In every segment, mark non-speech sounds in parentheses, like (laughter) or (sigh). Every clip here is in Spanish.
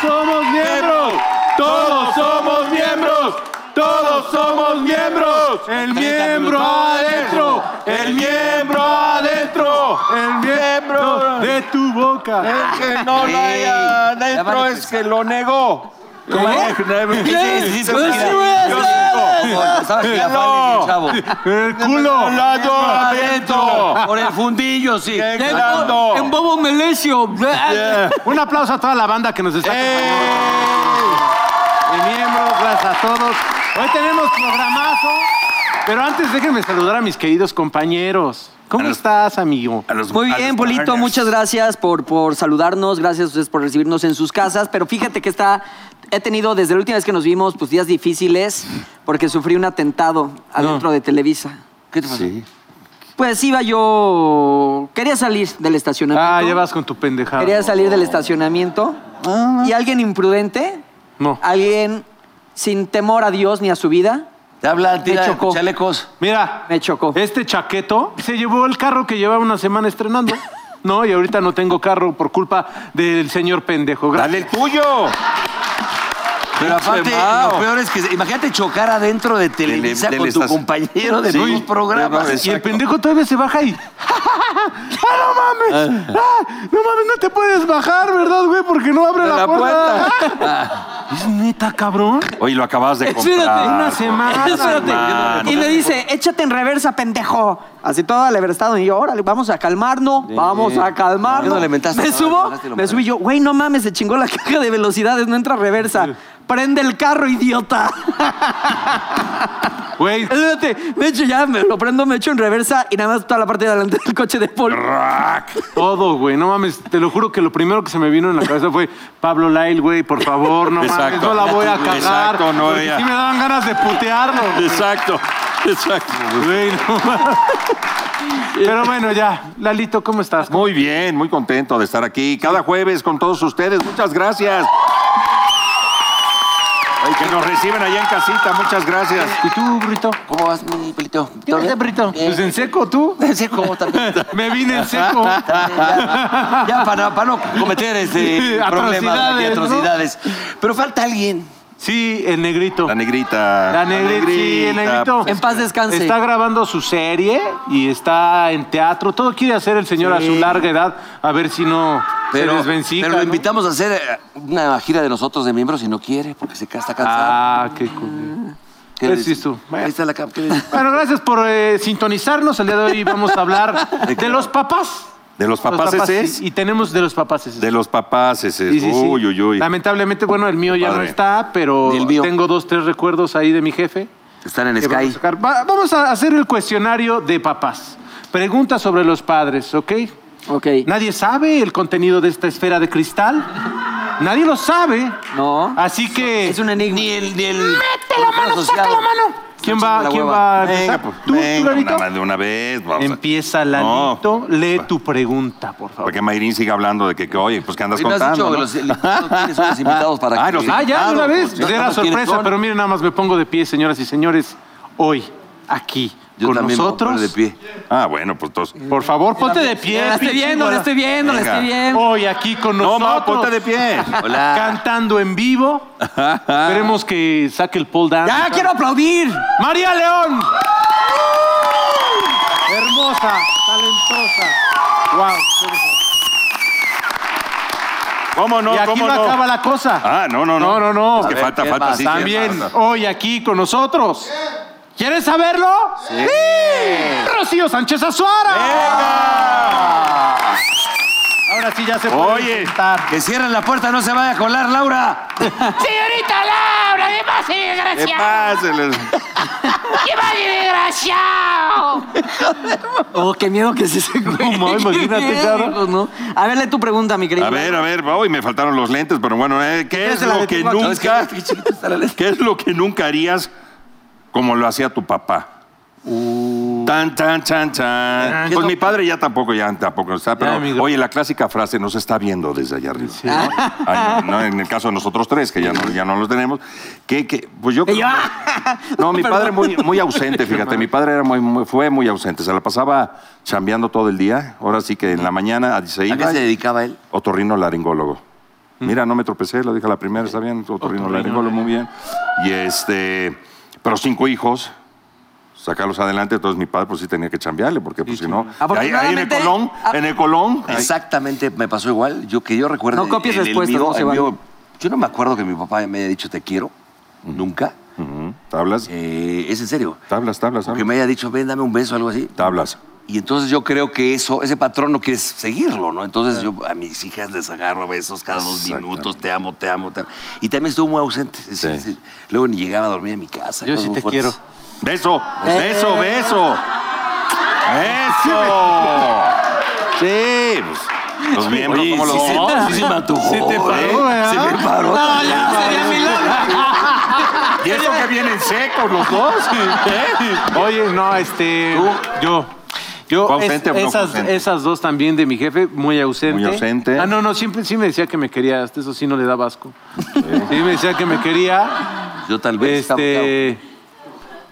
somos miembros. Todos somos miembros. Todos somos miembros. El miembro adentro. El miembro adentro. El miembro de tu boca. Que no lo haya adentro es que lo negó. ¿Eh? ¿Cómo? El culo. Lado adentro. Por el fundillo, sí. Llegando. En Bobo Melesio. Un aplauso a toda la banda que nos está acompañando. De miembros, gracias a todos. Hoy tenemos programazo. Pero antes déjenme saludar a mis queridos compañeros. ¿Cómo estás, amigo? A los- Muy a bien, los Polito, Mariners. muchas gracias por, por saludarnos, gracias a ustedes por recibirnos en sus casas, pero fíjate que está, he tenido desde la última vez que nos vimos pues días difíciles porque sufrí un atentado adentro de Televisa. ¿Qué te pasó? Pues iba yo, quería salir del estacionamiento. Ah, ya vas con tu pendejada. Quería salir del estacionamiento y alguien imprudente, No. alguien sin temor a Dios ni a su vida, Te habla, Me tira chocó. chalecos. Mira, me chocó. este chaqueto se llevó el carro que llevaba una semana estrenando. No, y ahorita no tengo carro por culpa del señor pendejo. Gracias. Dale el tuyo. Pero aparte, Mao. lo peor es que imagínate chocar adentro de Televisa del con tu estaci- compañero de Sí, tus de- programas. Y el Exacto. pendejo todavía se baja y. (laughs) ¡Ah, no mames! ¡Ah, no mames, no te puedes bajar, ¿verdad, güey? Porque no abre la, la puerta. (laughs) es neta, cabrón. Oye, lo acabas de comprar. Una semana. (laughs) Espérate. Y le dice, échate en reversa, pendejo. Así todo estado Y yo, órale, vamos a calmarnos, vamos a calmarnos. ¿Por qué no le mentaste? me No, le subo, dejaste lo me mal. subí yo, güey, no mames, se chingó la caja de velocidades, no entra reversa. Prende el carro, (laughs) idiota. Güey, Espérate, de hecho ya me lo prendo, me echo en reversa y nada más toda la parte de adelante del coche de Paul. todo, güey. No mames, te lo juro que lo primero que se me vino en la cabeza fue Pablo Lyle, güey, por favor, no mames, Exacto. no la voy a cagar. Exacto, no, porque ya. sí me daban ganas de (laughs) putearlo. Exacto, exacto. Güey, no mames. Pero bueno, ya. Lalito, ¿cómo estás? Muy bien, muy contento de estar aquí cada jueves con todos ustedes. Muchas gracias. Ay, que nos reciben allá en casita, muchas gracias. ¿Y tú, Brito? ¿Cómo vas, mi pelito? ¿Qué onda, Brito? Pues en seco, tú. (laughs) ¿Cómo también? Me vine en seco. Ya para, para no cometer (laughs) este Atrocidades, problemas y ¿no? atrocidades. Pero falta alguien. Sí, el negrito. La pues, negrita. La negrita, sí, el negrito. En paz descanse. Está grabando su serie y está en teatro. Todo quiere hacer el señor a su larga edad, a ver si no Pero, se desvencica. pero lo ¿no? invitamos a hacer eh, una gira de nosotros de miembros y no quiere porque se ca- está cansado. Ah, qué cool. ¿Qué ¿qué le es dices? esto? Bueno. Ahí está la cam- ¿qué le dices? Bueno, gracias por eh, sintonizarnos. El día de hoy vamos a (laughs) hablar de los papás. De los papás es. sí, Y tenemos de los papás es. De los papás es. Sí, sí, sí. Uy, uy, uy. Lamentablemente, bueno, el mío ya no Padre. está, pero Ni el mío. tengo dos, tres recuerdos ahí de mi jefe. Están en que vamos a Sky. sacar. Va- vamos a hacer el cuestionario de papás. Preguntas sobre los padres, ¿ok? Ok. Nadie sabe el contenido de esta esfera de cristal. Nadie lo sabe. No. Ah, Así que, Es un enigma. Ni el. Ni el la mano, saca la mano. ¿quién va, la quién hueva. va a Venga, empezar? pues, ¿Tú, venga, tú, Lalito? una- de una vez. Vamos a- Pues, Empieza, Lalito. Lee tu pregunta, por favor. Para que Mayrín siga hablando de que, que, oye, pues que andas Y no has contando. dicho ¿no? que los invitados- (laughs) tienes unos invitados para Ah, que- los- Ah, ya, de una Claro, vez. pues, ya Era sabemos quiénes sorpresa, son. pero miren, nada más me pongo de pie, señoras y señores. Hoy, aquí, Yo con también me voy a poner nosotros. de pie. (laughs) Ah, bueno, pues todos. Por favor, ponte de pie. la estoy pinche viendo, la estoy viendo, la Venga. estoy viendo. Oh. Hoy aquí con No, nosotros. no, ponte de pie. Hola. Cantando en vivo. Esperemos que saque el pole dance. ¡Ya quiero aplaudir! María León. Hermosa, talentosa. Wow. ¿Cómo no? y aquí ¿Cómo no, no? acaba la cosa. Ah, no, no, no. No, no, no. Es que A ver, falta, ¿qué falta, más? sí. sí, También falta. hoy aquí con nosotros. ¿Quieres saberlo? Sí. Rocío Sánchez Azuara. Ahora sí ya se puede Oye. sentar. Que cierren la puerta, no se vaya a colar, Laura. Señorita Laura, de pase ¿Qué desgraciado. pasa? Les- ¿Qué pase desgraciado? Oh, qué miedo que se se No, imagínate, claro. ¿no? A ver, lee tu pregunta, mi querido. A ver, a ver, hoy me faltaron los lentes, pero bueno, eh, ¿qué es se la lo que detengo aquí? ¿Sabes nunca, Qué chiquito está la letra. qué es lo que nunca harías como lo hacía tu papá? Tan, tan, tan, tan. Pues mi padre ya tampoco, ya tampoco está, pero amigo. oye, la clásica frase nos está viendo desde allá arriba. Ay, no, no, en el caso de nosotros tres, que ya no, ya no los tenemos, que, que, pues yo... creo- No, mi padre muy, muy ausente, fíjate. Mi padre era muy, muy- fue muy ausente. Se la pasaba chambeando todo el día. Ahora sí que en la mañana se ¿A iba. qué se dedicaba él? Otorrino laringólogo. Mira, no me tropecé, lo dije a la primera, está bien, otorrinolaringólogo, muy bien. Y este, pero cinco hijos, sacarlos adelante, entonces mi padre pues sí tenía que chambearle, porque pues si no... y Ahí, ahí en el Afortunadamente- Colón, en el Colón... ahí- Exactamente, me pasó igual. Yo que yo recuerdo. No copies respuestas, mío- no se el vale. mío- yo no me acuerdo que mi papá me haya dicho te quiero, nunca. Ujú, Tablas, Eh, es en serio. tablas, tablas, O que tablas. me haya dicho, ven, dame un beso, algo así. Tablas. Y entonces yo creo que eso, ese patrón no quieres seguirlo, ¿no? Entonces yo a mis hijas les agarro besos cada dos Exactamente. minutos, te amo, te amo, te amo. Y también estuvo muy ausente. es decir, Sí. Luego ni llegaba a dormir a mi casa. Yo cosas sí muy te fuertes. quiero. Beso, beso, beso. Eso. Sí, pues, los miembros, ¿cómo lo Sí, sí me antojó, ¿eh? ¿verdad? Se me paró. Y eso que vienen secos los dos. ¿Eh? Oye, no, este. Yo. Yo, ¿Fue es- ausente o no fue esas, ausente? esas dos también de mi jefe, muy ausente. Muy ausente. Ah, no, no, siempre sí me decía que me quería, hasta eso sí no le daba asco. Sí me decía que me quería. Yo tal vez estaba- Este.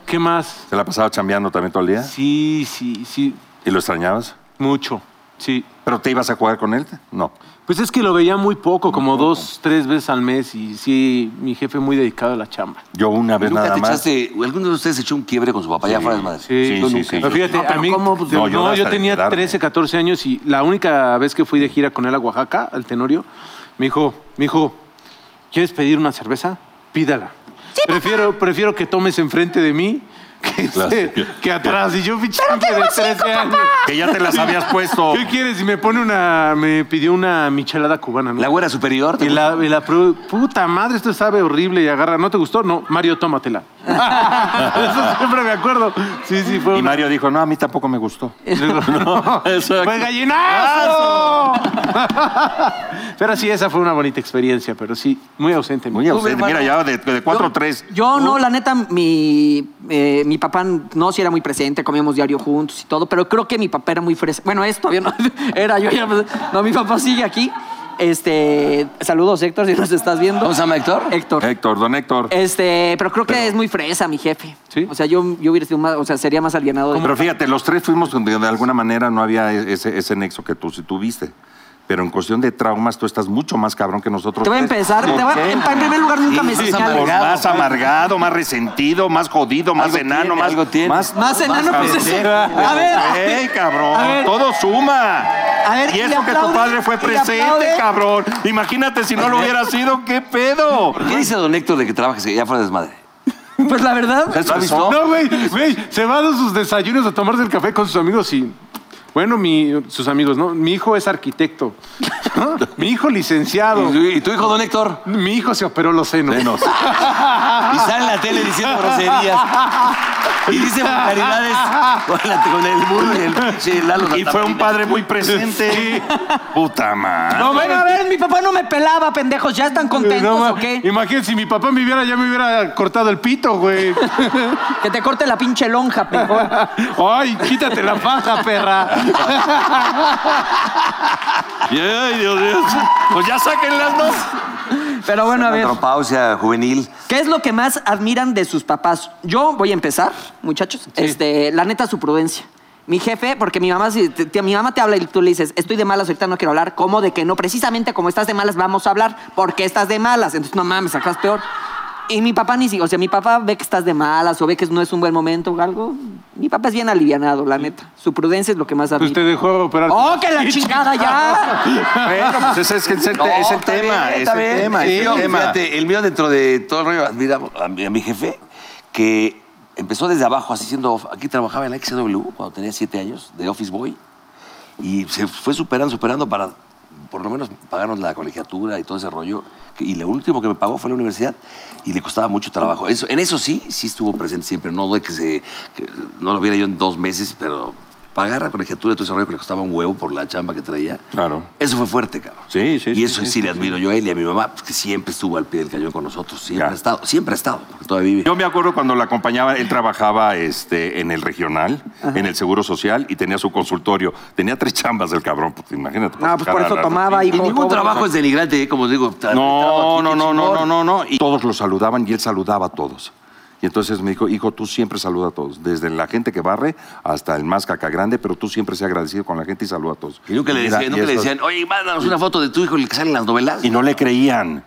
¿Qué más? ¿Se la pasaba chambeando también todo el día? Sí, sí, sí, ¿Y lo extrañabas? mucho. Sí. ¿Pero te ibas a jugar con él? No. Pues es que lo veía muy poco, como dos, tres veces al mes, y sí, mi jefe muy dedicado a la chamba. Yo una vez ¿Nunca pues nada te más. echaste, alguno de ustedes echó un quiebre con su papá ya fuera de madre? Sí, Sí, yo sí, nunca. sí. Pero fíjate, No, Pues, a mí, ¿cómo? no, No, yo yo, hasta de tenía quedarme. 13, 14 años y la única vez que fui de gira con él a Oaxaca, al Tenorio, me dijo, me dijo, ¿quieres pedir una cerveza? Pídala. prefiero, prefiero que tomes enfrente de mí que, este, Claro. que atrás. Y yo, pinche gente de 13 años. Que ya te las habías (laughs) puesto. ¿Qué quieres? Y me pone una, me pidió una michelada cubana. ¿no? ¿La güera superior? Y la, y la pro- puta madre, esto sabe horrible y agarra. ¿No te gustó? No, Mario, tómatela. (laughs) Eso siempre me acuerdo. Sí, sí, fue Y una- Mario dijo, no, a mí tampoco me (laughs) gustó. Pues, ¡Fue gallinazo! (laughs) pero sí, esa fue una bonita experiencia, pero sí, muy ausente. Muy ausente. hermano. Mira, ya de, de cuatro o tres. Yo no, la neta, mi, eh, mi papá no si era muy presente, comíamos diario juntos y todo, pero creo que mi papá era muy fresco. Bueno, esto todavía no (laughs) era yo. Ya, no, mi papá sigue aquí. Este, saludos, Héctor, si nos estás viendo. ¿Cómo se llama Héctor? Héctor. Héctor, don Héctor. Este, pero creo que es muy fresa mi jefe. ¿Sí? O sea, yo, yo hubiera sido más, o sea, sería más alienado. de- Pero fíjate, los tres fuimos donde de alguna manera no había e, ese, ese nexo que tú sí tuviste. Pero en cuestión de traumas, tú estás mucho más cabrón que nosotros. Te voy a tres. empezar, te ¿Por voy a- qué? en primer lugar nunca me Sí, señales. por Más amargado, más resentido, más jodido, más Algo enano, tiene, más, algo tiene. más. Más enano, pues cabrón. eso. A ver, Ey, cabrón! A ver. todo suma. A ver, y y le eso que tu aplaude, padre fue y le aplaude. presente, cabrón. Imagínate si no lo hubiera sido, qué pedo. ¿Qué dice don Héctor de que trabajes ya fuera de desmadre? pues la verdad. ¿Lo has visto? No, güey, güey, se va a sus desayunos a tomarse el café con sus amigos y... Bueno, mi, sus amigos, ¿no? Mi hijo es (laughs) arquitecto. ¿no? Mi hijo licenciado. ¿Y tu hijo don Héctor? Mi hijo se operó los senos. (laughs) Menos. Y sale en la tele diciendo groserías. Y dice vulgaridades con la- con el burro y el pinche Lalo Y fue un padre muy presente. Puta madre. No, Bueno, a ver, mi papá no me pelaba, pendejos. ¿Ya están contentos No, ma- o qué? Imagínate, si mi papá me viera, ya me hubiera cortado el pito, (laughs) güey. Que te corte la pinche lonja, pendejo. Ay, quítate la faja, (laughs) perra. Ay, Dios mío. Pues ya saquen las dos. Pero bueno, a ver. Antropausia juvenil. ¿Qué es lo que más admiran de sus papás? Yo voy a empezar, muchachos. Este, la neta, su prudencia. Mi jefe, porque mi mamá, si te- te- mi mamá te habla y tú le dices, estoy de malas, ahorita no quiero hablar. ¿Cómo de que no? Precisamente como estás de malas, vamos a hablar. porque estás de malas? Entonces, no mames, sacas peor. Y mi papá ni si, o sea, mi papá ve que estás de malas o ve que no es un buen momento o algo. Mi papá es bien alivianado, la neta. Su prudencia es lo que más Pues admira. te dejó operar. ¡Oh, que la chingada ya! Bueno, pues ese es, es el, No, es el está tema. bien, es está el bien. tema. El es el mío, tema. fíjate, el mío dentro de todo el rollo, admira a mi, a mi jefe, que empezó desde abajo, así siendo, aquí trabajaba en la XW cuando tenía siete años, de Office Boy, y se fue superando, superando para, por lo menos, pagarnos la colegiatura y todo ese rollo. que- Y lo último que me pagó fue la universidad y le costaba mucho trabajo. Eso, en eso sí, sí estuvo presente siempre. No de que se, que no lo viera yo en dos meses, pero pagar la colegiatura y todo ese rollo que le costaba un huevo por la chamba que traía. Claro. Eso fue fuerte, cabrón. Sí, sí, Y sí, eso sí, este le admiro yo a él y a mi mamá, pues, que siempre estuvo al pie del cañón con nosotros. Siempre Ya. ha estado, siempre ha estado, porque todavía vive. Yo me acuerdo cuando la acompañaba, él trabajaba este, en el regional, en el Seguro Social, y tenía su consultorio. Tenía tres chambas el cabrón, pues, imagínate. No, pues por cada- eso la- tomaba y y como ningún pobre. trabajo es denigrante, ¿eh? como digo. tra- No, trabajo aquí, no, qué no, no, chingón. no, no, no. Y todos lo saludaban y él saludaba a todos. Y Y entonces me dijo, hijo, tú siempre saluda a todos, desde la gente que barre hasta el más caca grande, pero tú siempre sé agradecido con la gente y saluda a todos. Y nunca le Mira, decían, y nunca le esto- decían, oye, mándanos una foto de tu hijo, el que sale en las novelas. y no le creían.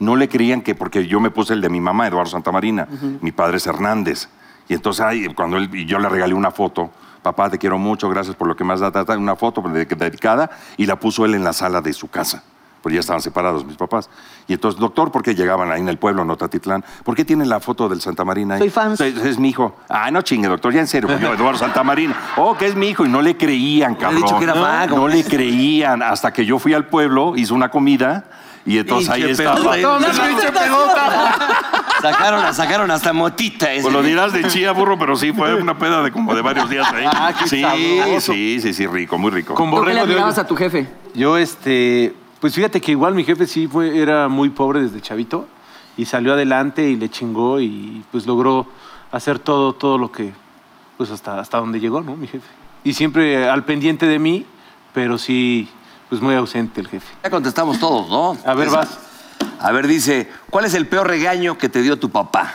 No le creían que, porque yo me puse el de mi mamá, Eduardo Santamarina, mi padre es Hernández. Y entonces, ay, cuando él, y yo le regalé una foto, papá, te quiero mucho, gracias por lo que más da, ta, ta", una foto de- dedicada, y la puso él en la sala de su casa, porque ya estaban separados mis papás. Y entonces, doctor, ¿por qué llegaban ahí en el pueblo, en Otatitlán? ¿Por qué tiene la foto del Santamarina ahí? Soy fan. Es, es mi hijo. Ah, no chingue, doctor, ya en serio, (laughs) yo, Eduardo Santamarina. Oh, que es mi hijo, y no le creían, había cabrón. dicho que era fan, no, como- no le creían, hasta que yo fui al pueblo, hice una comida y entonces ahí Pinche estaba. pelota, ¿eh? Pues pinche (laughs) pelota. Sacaron, sacaron hasta motita ese. Pues lo dirás de chía, burro, pero sí, fue una peda de como de varios días ahí. (laughs) Ah, qué sí, sabroso. sí, sí, sí, rico, muy rico. Con ¿Tú qué le borrego de admirabas hoyo. a tu jefe? Yo, este, pues fíjate que igual mi jefe sí fue, era muy pobre desde chavito y salió adelante y le chingó y pues logró hacer todo, todo lo que, pues hasta, hasta donde llegó, ¿no? Mi jefe. Y siempre al pendiente de mí, pero sí, pues muy ausente el jefe. Ya contestamos todos, ¿no? A ver, Esa- vas. A ver, dice, ¿cuál es el peor regaño que te dio tu papá?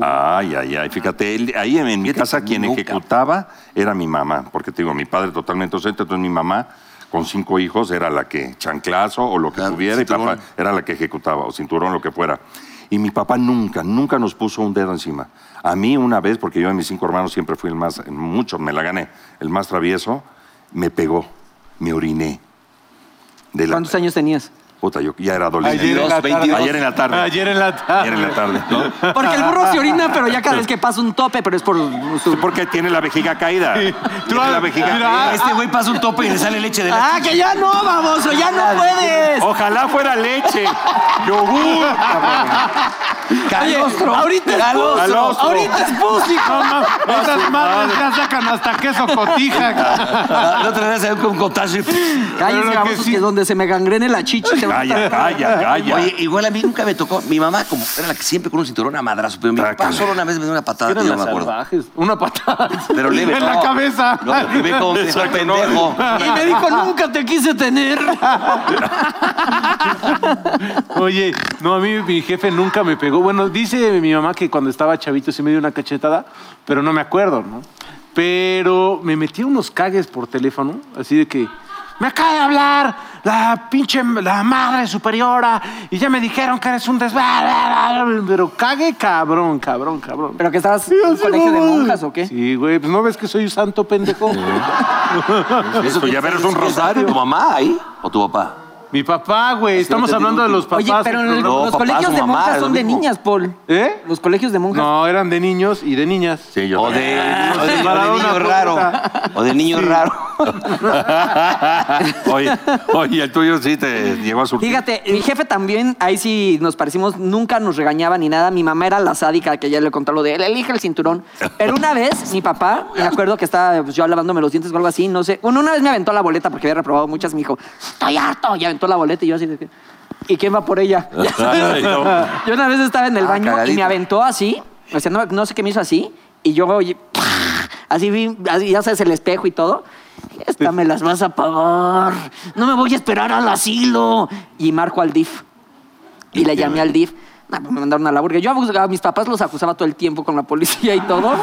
Ay, ay, ay, fíjate, él- ahí en, en mi Fíjate casa que quien nunca. ejecutaba era mi mamá, porque te digo, mi padre totalmente ausente, entonces mi mamá con cinco hijos era la que chanclazo o lo que Claro, tuviera, y cinturón. papá era la que ejecutaba, o cinturón, lo que fuera. Y mi papá nunca, nunca nos puso un dedo encima. A mí una vez, porque yo de mis cinco hermanos siempre fui el más, mucho me la gané, el más travieso, me pegó, me oriné. De la- ¿Cuántos años tenías? Puta, yo ya era adolescente. Ayer en la tarde. 22. Ah, Ayer Ayer en la tarde. en la tarde. Ayer en la tarde. ¿no? Porque el burro se orina, pero ya cada vez que pasa un tope, pero es por su... Porque tiene la vejiga caída. Tiene la vejiga Mira, este güey pasa un tope y le sale leche de la... ¡Ah, que ya no, baboso! ¡Ya no puedes! Ojalá fuera leche, yogur. Oye, ahorita es pus, Calostro. ahorita es pus, hijo. no, mames, esas madres ya sacan hasta queso Ah, cotija. La otra vez salió con un cotazo y- Pero Cállense, lo baboso, que sí- que donde se me gangrene la chicha te va a Calla, estar- calla, calla. Oye, igual a mí nunca me tocó. Mi mamá como era la que siempre con un cinturón a madrazo, pero mi papá Trácale. solo una vez me dio una patada, que Eran yo no las me acuerdo. salvajes. Una patada. Pero (laughs) leve. En la no. cabeza. No, pero ve cómo se dejó pendejo. Y me dijo, nunca te quise tener. Oye, no, a mí mi jefe nunca me pegó. Bueno, dice mi mamá que cuando estaba chavito sí me dio una cachetada, pero no me acuerdo, ¿no? Pero me metía unos cagues por teléfono, así de que me acaba de hablar la pinche m- la madre superiora y ya me dijeron que eres un des... Pero cague cabrón, cabrón, cabrón. ¿Pero que estabas en un colegio de monjas o qué? Sí, güey, pues no ves que soy un santo pendejo. Eso ya ver es un rosario. ¿Tu mamá ahí o tu papá? Mi papá, güey, estamos te hablando de digo los papás. Oye, pero del el- programa. los papá, colegios su de mamá, monjas es lo son de mismo. niñas, Paul. ¿Eh? Los colegios de monjas. No, eran de niños y de niñas. Sí, yo O de, también. o de- o de Para una niño puta. raro. O de niño raro. Oye, oye, el tuyo sí te llegó a surtir. Fíjate, mi jefe también, ahí sí nos parecimos, nunca nos regañaba ni nada. Mi mamá era la sádica, que ya le contó lo de él, elige el cinturón. Pero una vez, mi papá, me acuerdo que estaba pues, yo lavándome los dientes o algo así, no sé. Bueno, una vez me aventó la boleta porque había reprobado muchas, me dijo, estoy harto, y aventó la boleta y yo así de que, ¿y quién va por ella? (laughs) Ay, no. Yo una vez estaba en el Ah, baño y cagadito. me aventó así, o sea, no, no sé qué me hizo así, y yo oye, así vi, así, ya sabes, el espejo y todo. Esta me las vas a pagar. No me voy a esperar al asilo. Y marco al DIF. Y le llamé al DIF. Nah, pues me mandaron a la burga. Yo abus- a mis papás los acusaba todo el tiempo con la policía y todo.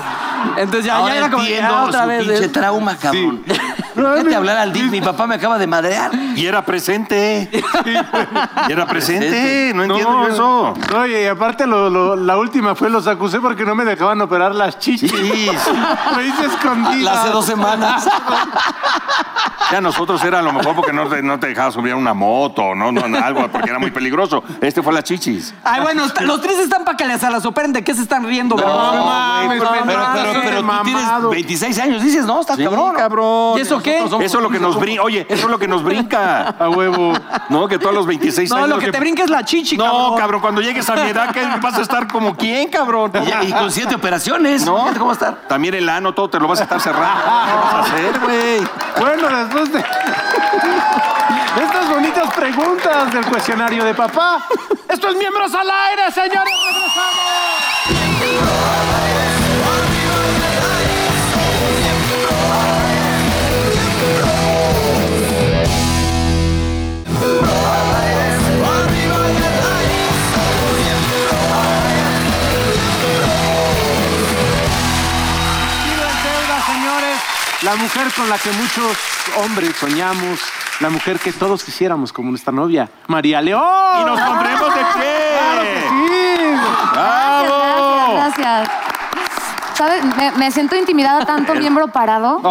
Entonces ya, Ahora ya era como entiendo ya su otra vez. pinche es- trauma, cabrón. Déjate hablar al DIF, mi papá me acaba de madrear. Y era presente. Y era presente. No entiendo yo eso. No, y aparte lo- lo- la última fue los acusé porque no me dejaban operar las chichis. (laughs) Lo hice escondida. Hace dos semanas. Ya nosotros era a lo mejor porque no te, no te dejaba subir a una moto, no, no, algo, porque era muy peligroso. Este fue la chichis. Ay, (laughs) bueno, está- los tres están para que les a las operen. ¿De qué se están riendo? No, cabrón? mames, no, pendejo, Pero, pero, qué pero tú tienes mamado. 26 años, dices, ¿no? Estás cabrón. cabrón. ¿Y eso qué? Eso es lo que nos brinca. Oye, eso es lo que nos brinca. A huevo. No, que tú a los 26 No, años. lo que, te brinca es la chichi, No, cabrón, cuando llegues a mi edad, ¿qué vas a estar como quién, cabrón? Y, ya- y con siete operaciones. ¿No? Fíjate ¿Cómo estar? También el ano, todo te lo vas a estar cerrando. ¿Qué vas a hacer, güey? Bueno, después de (laughs) estas bonitas preguntas del cuestionario de papá, esto es Miembros al Aire, señores. Regresamos. La mujer con la que muchos hombres soñamos. La mujer que todos quisiéramos como nuestra novia, María León. Y nos pondremos de pie. Gracias, gracias. ¿Sabes? Me, me siento intimidada tanto miembro parado. (laughs)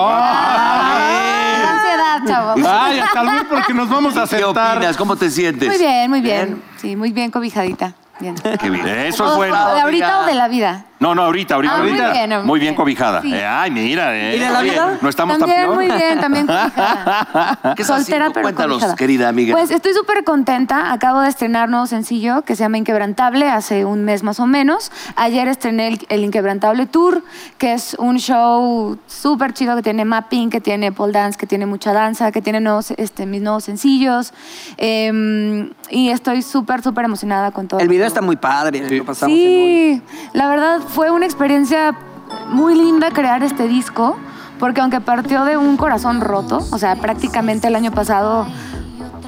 Ah, Me da ansiedad, chavos. Ay, hasta el porque nos vamos a ¿Qué sentar. opinas? ¿Cómo te sientes? (laughs) Muy bien, muy bien. Sí, muy bien cobijadita. Bien. Qué bien. Eso es bueno. ¿De ahorita o de la vida? No, no, ahorita, ahorita. Ah, muy ahorita. bien, muy bien. cobijada. Sí. Eh, ay, mira. Eh. ¿Y de la Oye, vida? No estamos tan también peor. muy (laughs) bien, también cobijada. ¿Qué estás Soltera haciendo? pero Cuéntanos, cobijada. querida amiga. Pues estoy súper contenta. Acabo de estrenar nuevo sencillo que se llama Inquebrantable hace un mes más o menos. Ayer estrené el, el Inquebrantable Tour, que es un show súper chido que tiene mapping, que tiene pole dance, que tiene mucha danza, que tiene nuevos, este, mis nuevos sencillos. Em, y estoy súper, súper emocionada con todo. El video esto. está muy padre. Lo pasamos en Sí, la verdad fue una experiencia muy linda crear este disco, porque aunque partió de un corazón roto, o sea, prácticamente el año pasado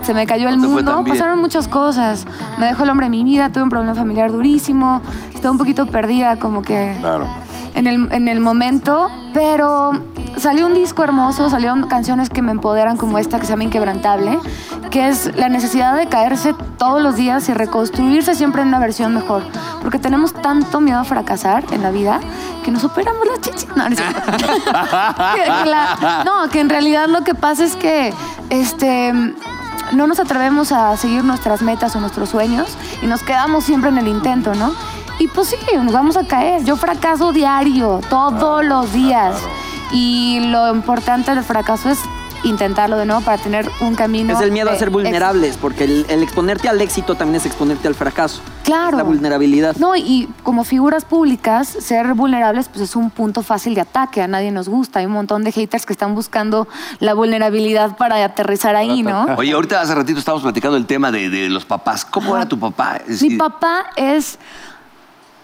se me cayó el No te fue mundo, tan bien. pasaron muchas cosas. Me dejó el hombre de mi vida, tuve un problema familiar durísimo, estaba un poquito perdida como que Claro. en el, en el momento, pero salió un disco hermoso, salieron canciones que me empoderan como esta que se llama Inquebrantable, que es la necesidad de caerse todos los días y reconstruirse siempre en una versión mejor, porque tenemos tanto miedo a fracasar en la vida que nos operamos las chichis. No, no, es cierto. (laughs) Que- que la- no, que en realidad lo que pasa es que este no nos atrevemos a seguir nuestras metas o nuestros sueños y nos quedamos siempre en el intento, ¿no? Y pues sí, nos vamos a caer. Yo fracaso diario, todos Ah, los días. Y lo importante del fracaso es intentarlo de nuevo para tener un camino. Es el miedo a de ser vulnerables, porque el, el exponerte al éxito también es exponerte al fracaso. Claro. Es la vulnerabilidad. No, y como figuras públicas, ser vulnerables pues es un punto fácil de ataque, a nadie nos gusta, hay un montón de haters que están buscando la vulnerabilidad para aterrizar ahí, ¿no? Oye, ahorita hace ratito estábamos platicando el tema de, de los papás. ¿Cómo era tu papá? Es- Mi papá es.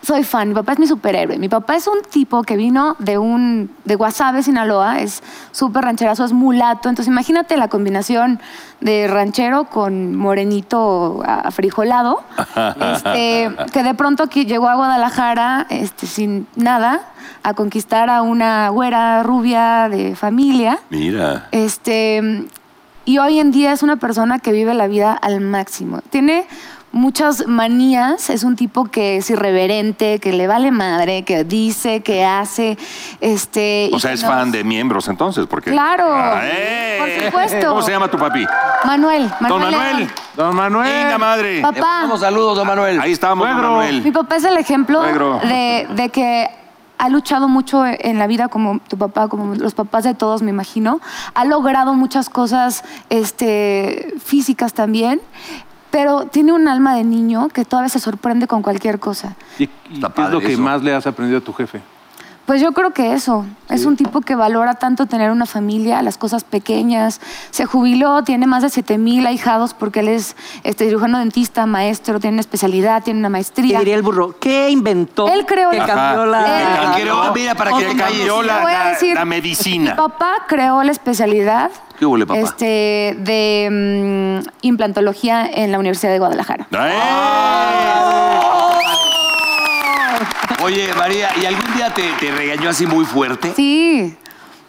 Soy fan, mi papá es mi superhéroe. Mi papá es un tipo que vino de un de Guasave, Sinaloa, es súper rancherazo, es mulato. Entonces imagínate la combinación de ranchero con morenito afrijolado, este, que de pronto aquí llegó a Guadalajara este, sin nada a conquistar a una güera rubia de familia. Mira. Este, y hoy en día es una persona que vive la vida al máximo. Tiene muchas manías, es un tipo que es irreverente, que le vale madre, que dice, que hace, este... O y sea, que es nos- fan de miembros entonces, porque. Claro, Ah, ¡eh! por supuesto. ¿Cómo se llama tu papi? Manuel, Manuel. Don Manuel. León. Don Manuel. Venga, madre. Papá. Le mandamos saludos, don Manuel. Ahí estábamos, don Suegro. Mi Manuel. papá es el ejemplo Negro. de, de que ha luchado mucho en la vida como tu papá, como los papás de todos, me imagino. Ha logrado muchas cosas este, físicas también, pero tiene un alma de niño que todavía se sorprende con cualquier cosa. ¿Y, y Está qué es lo padre que eso. más le has aprendido a tu jefe? Pues yo creo que eso, es un tipo que valora tanto tener una familia, las cosas pequeñas. Se jubiló, tiene más de 7 mil ahijados porque él es este, cirujano dentista, maestro, tiene una especialidad, tiene una ¿Qué maestría. diría el burro? ¿Qué inventó? Él creó Que el- cambió Él la... cambió- Quiero, mira, para que Le te calles. cambió la, Te voy a la- decir- la Mi medicina. papá creó la especialidad ¿Qué hubo, le, papá? este, de mm, implantología en la Universidad de Guadalajara. ¡Eh! Oye, María, ¿y algún día te, te regañó así muy fuerte? Sí.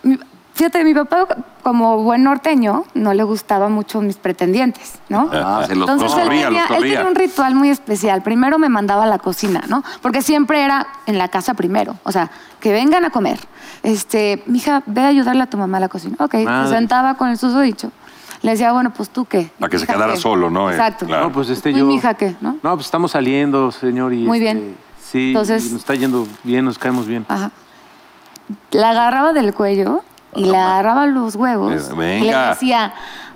Mi- Fíjate, mi papá, como buen norteño, no le gustaban mucho mis pretendientes, ¿no? Ah, se los Entonces los él, corría, tenía, los él corría. tenía un ritual muy especial. Primero me mandaba a la cocina, ¿no? Porque siempre era en la casa primero. O sea, que vengan a comer. Este, mija, ve a ayudarle a tu mamá a la cocina. Ok, Madre. se sentaba con el susodicho. Le decía, bueno, pues tú qué. Para que se Mija, quedara ¿qué? solo, ¿no? Eh, Exacto. claro. No, pues este Pues, yo. mi hija, ¿qué? ¿No? No, pues estamos saliendo, señor. Y Muy este, bien. Sí, Entonces- Ah. y nos está yendo bien, nos caemos bien. Ajá. La agarraba del cuello y le agarraba los huevos. Eh, Y le venga. decía,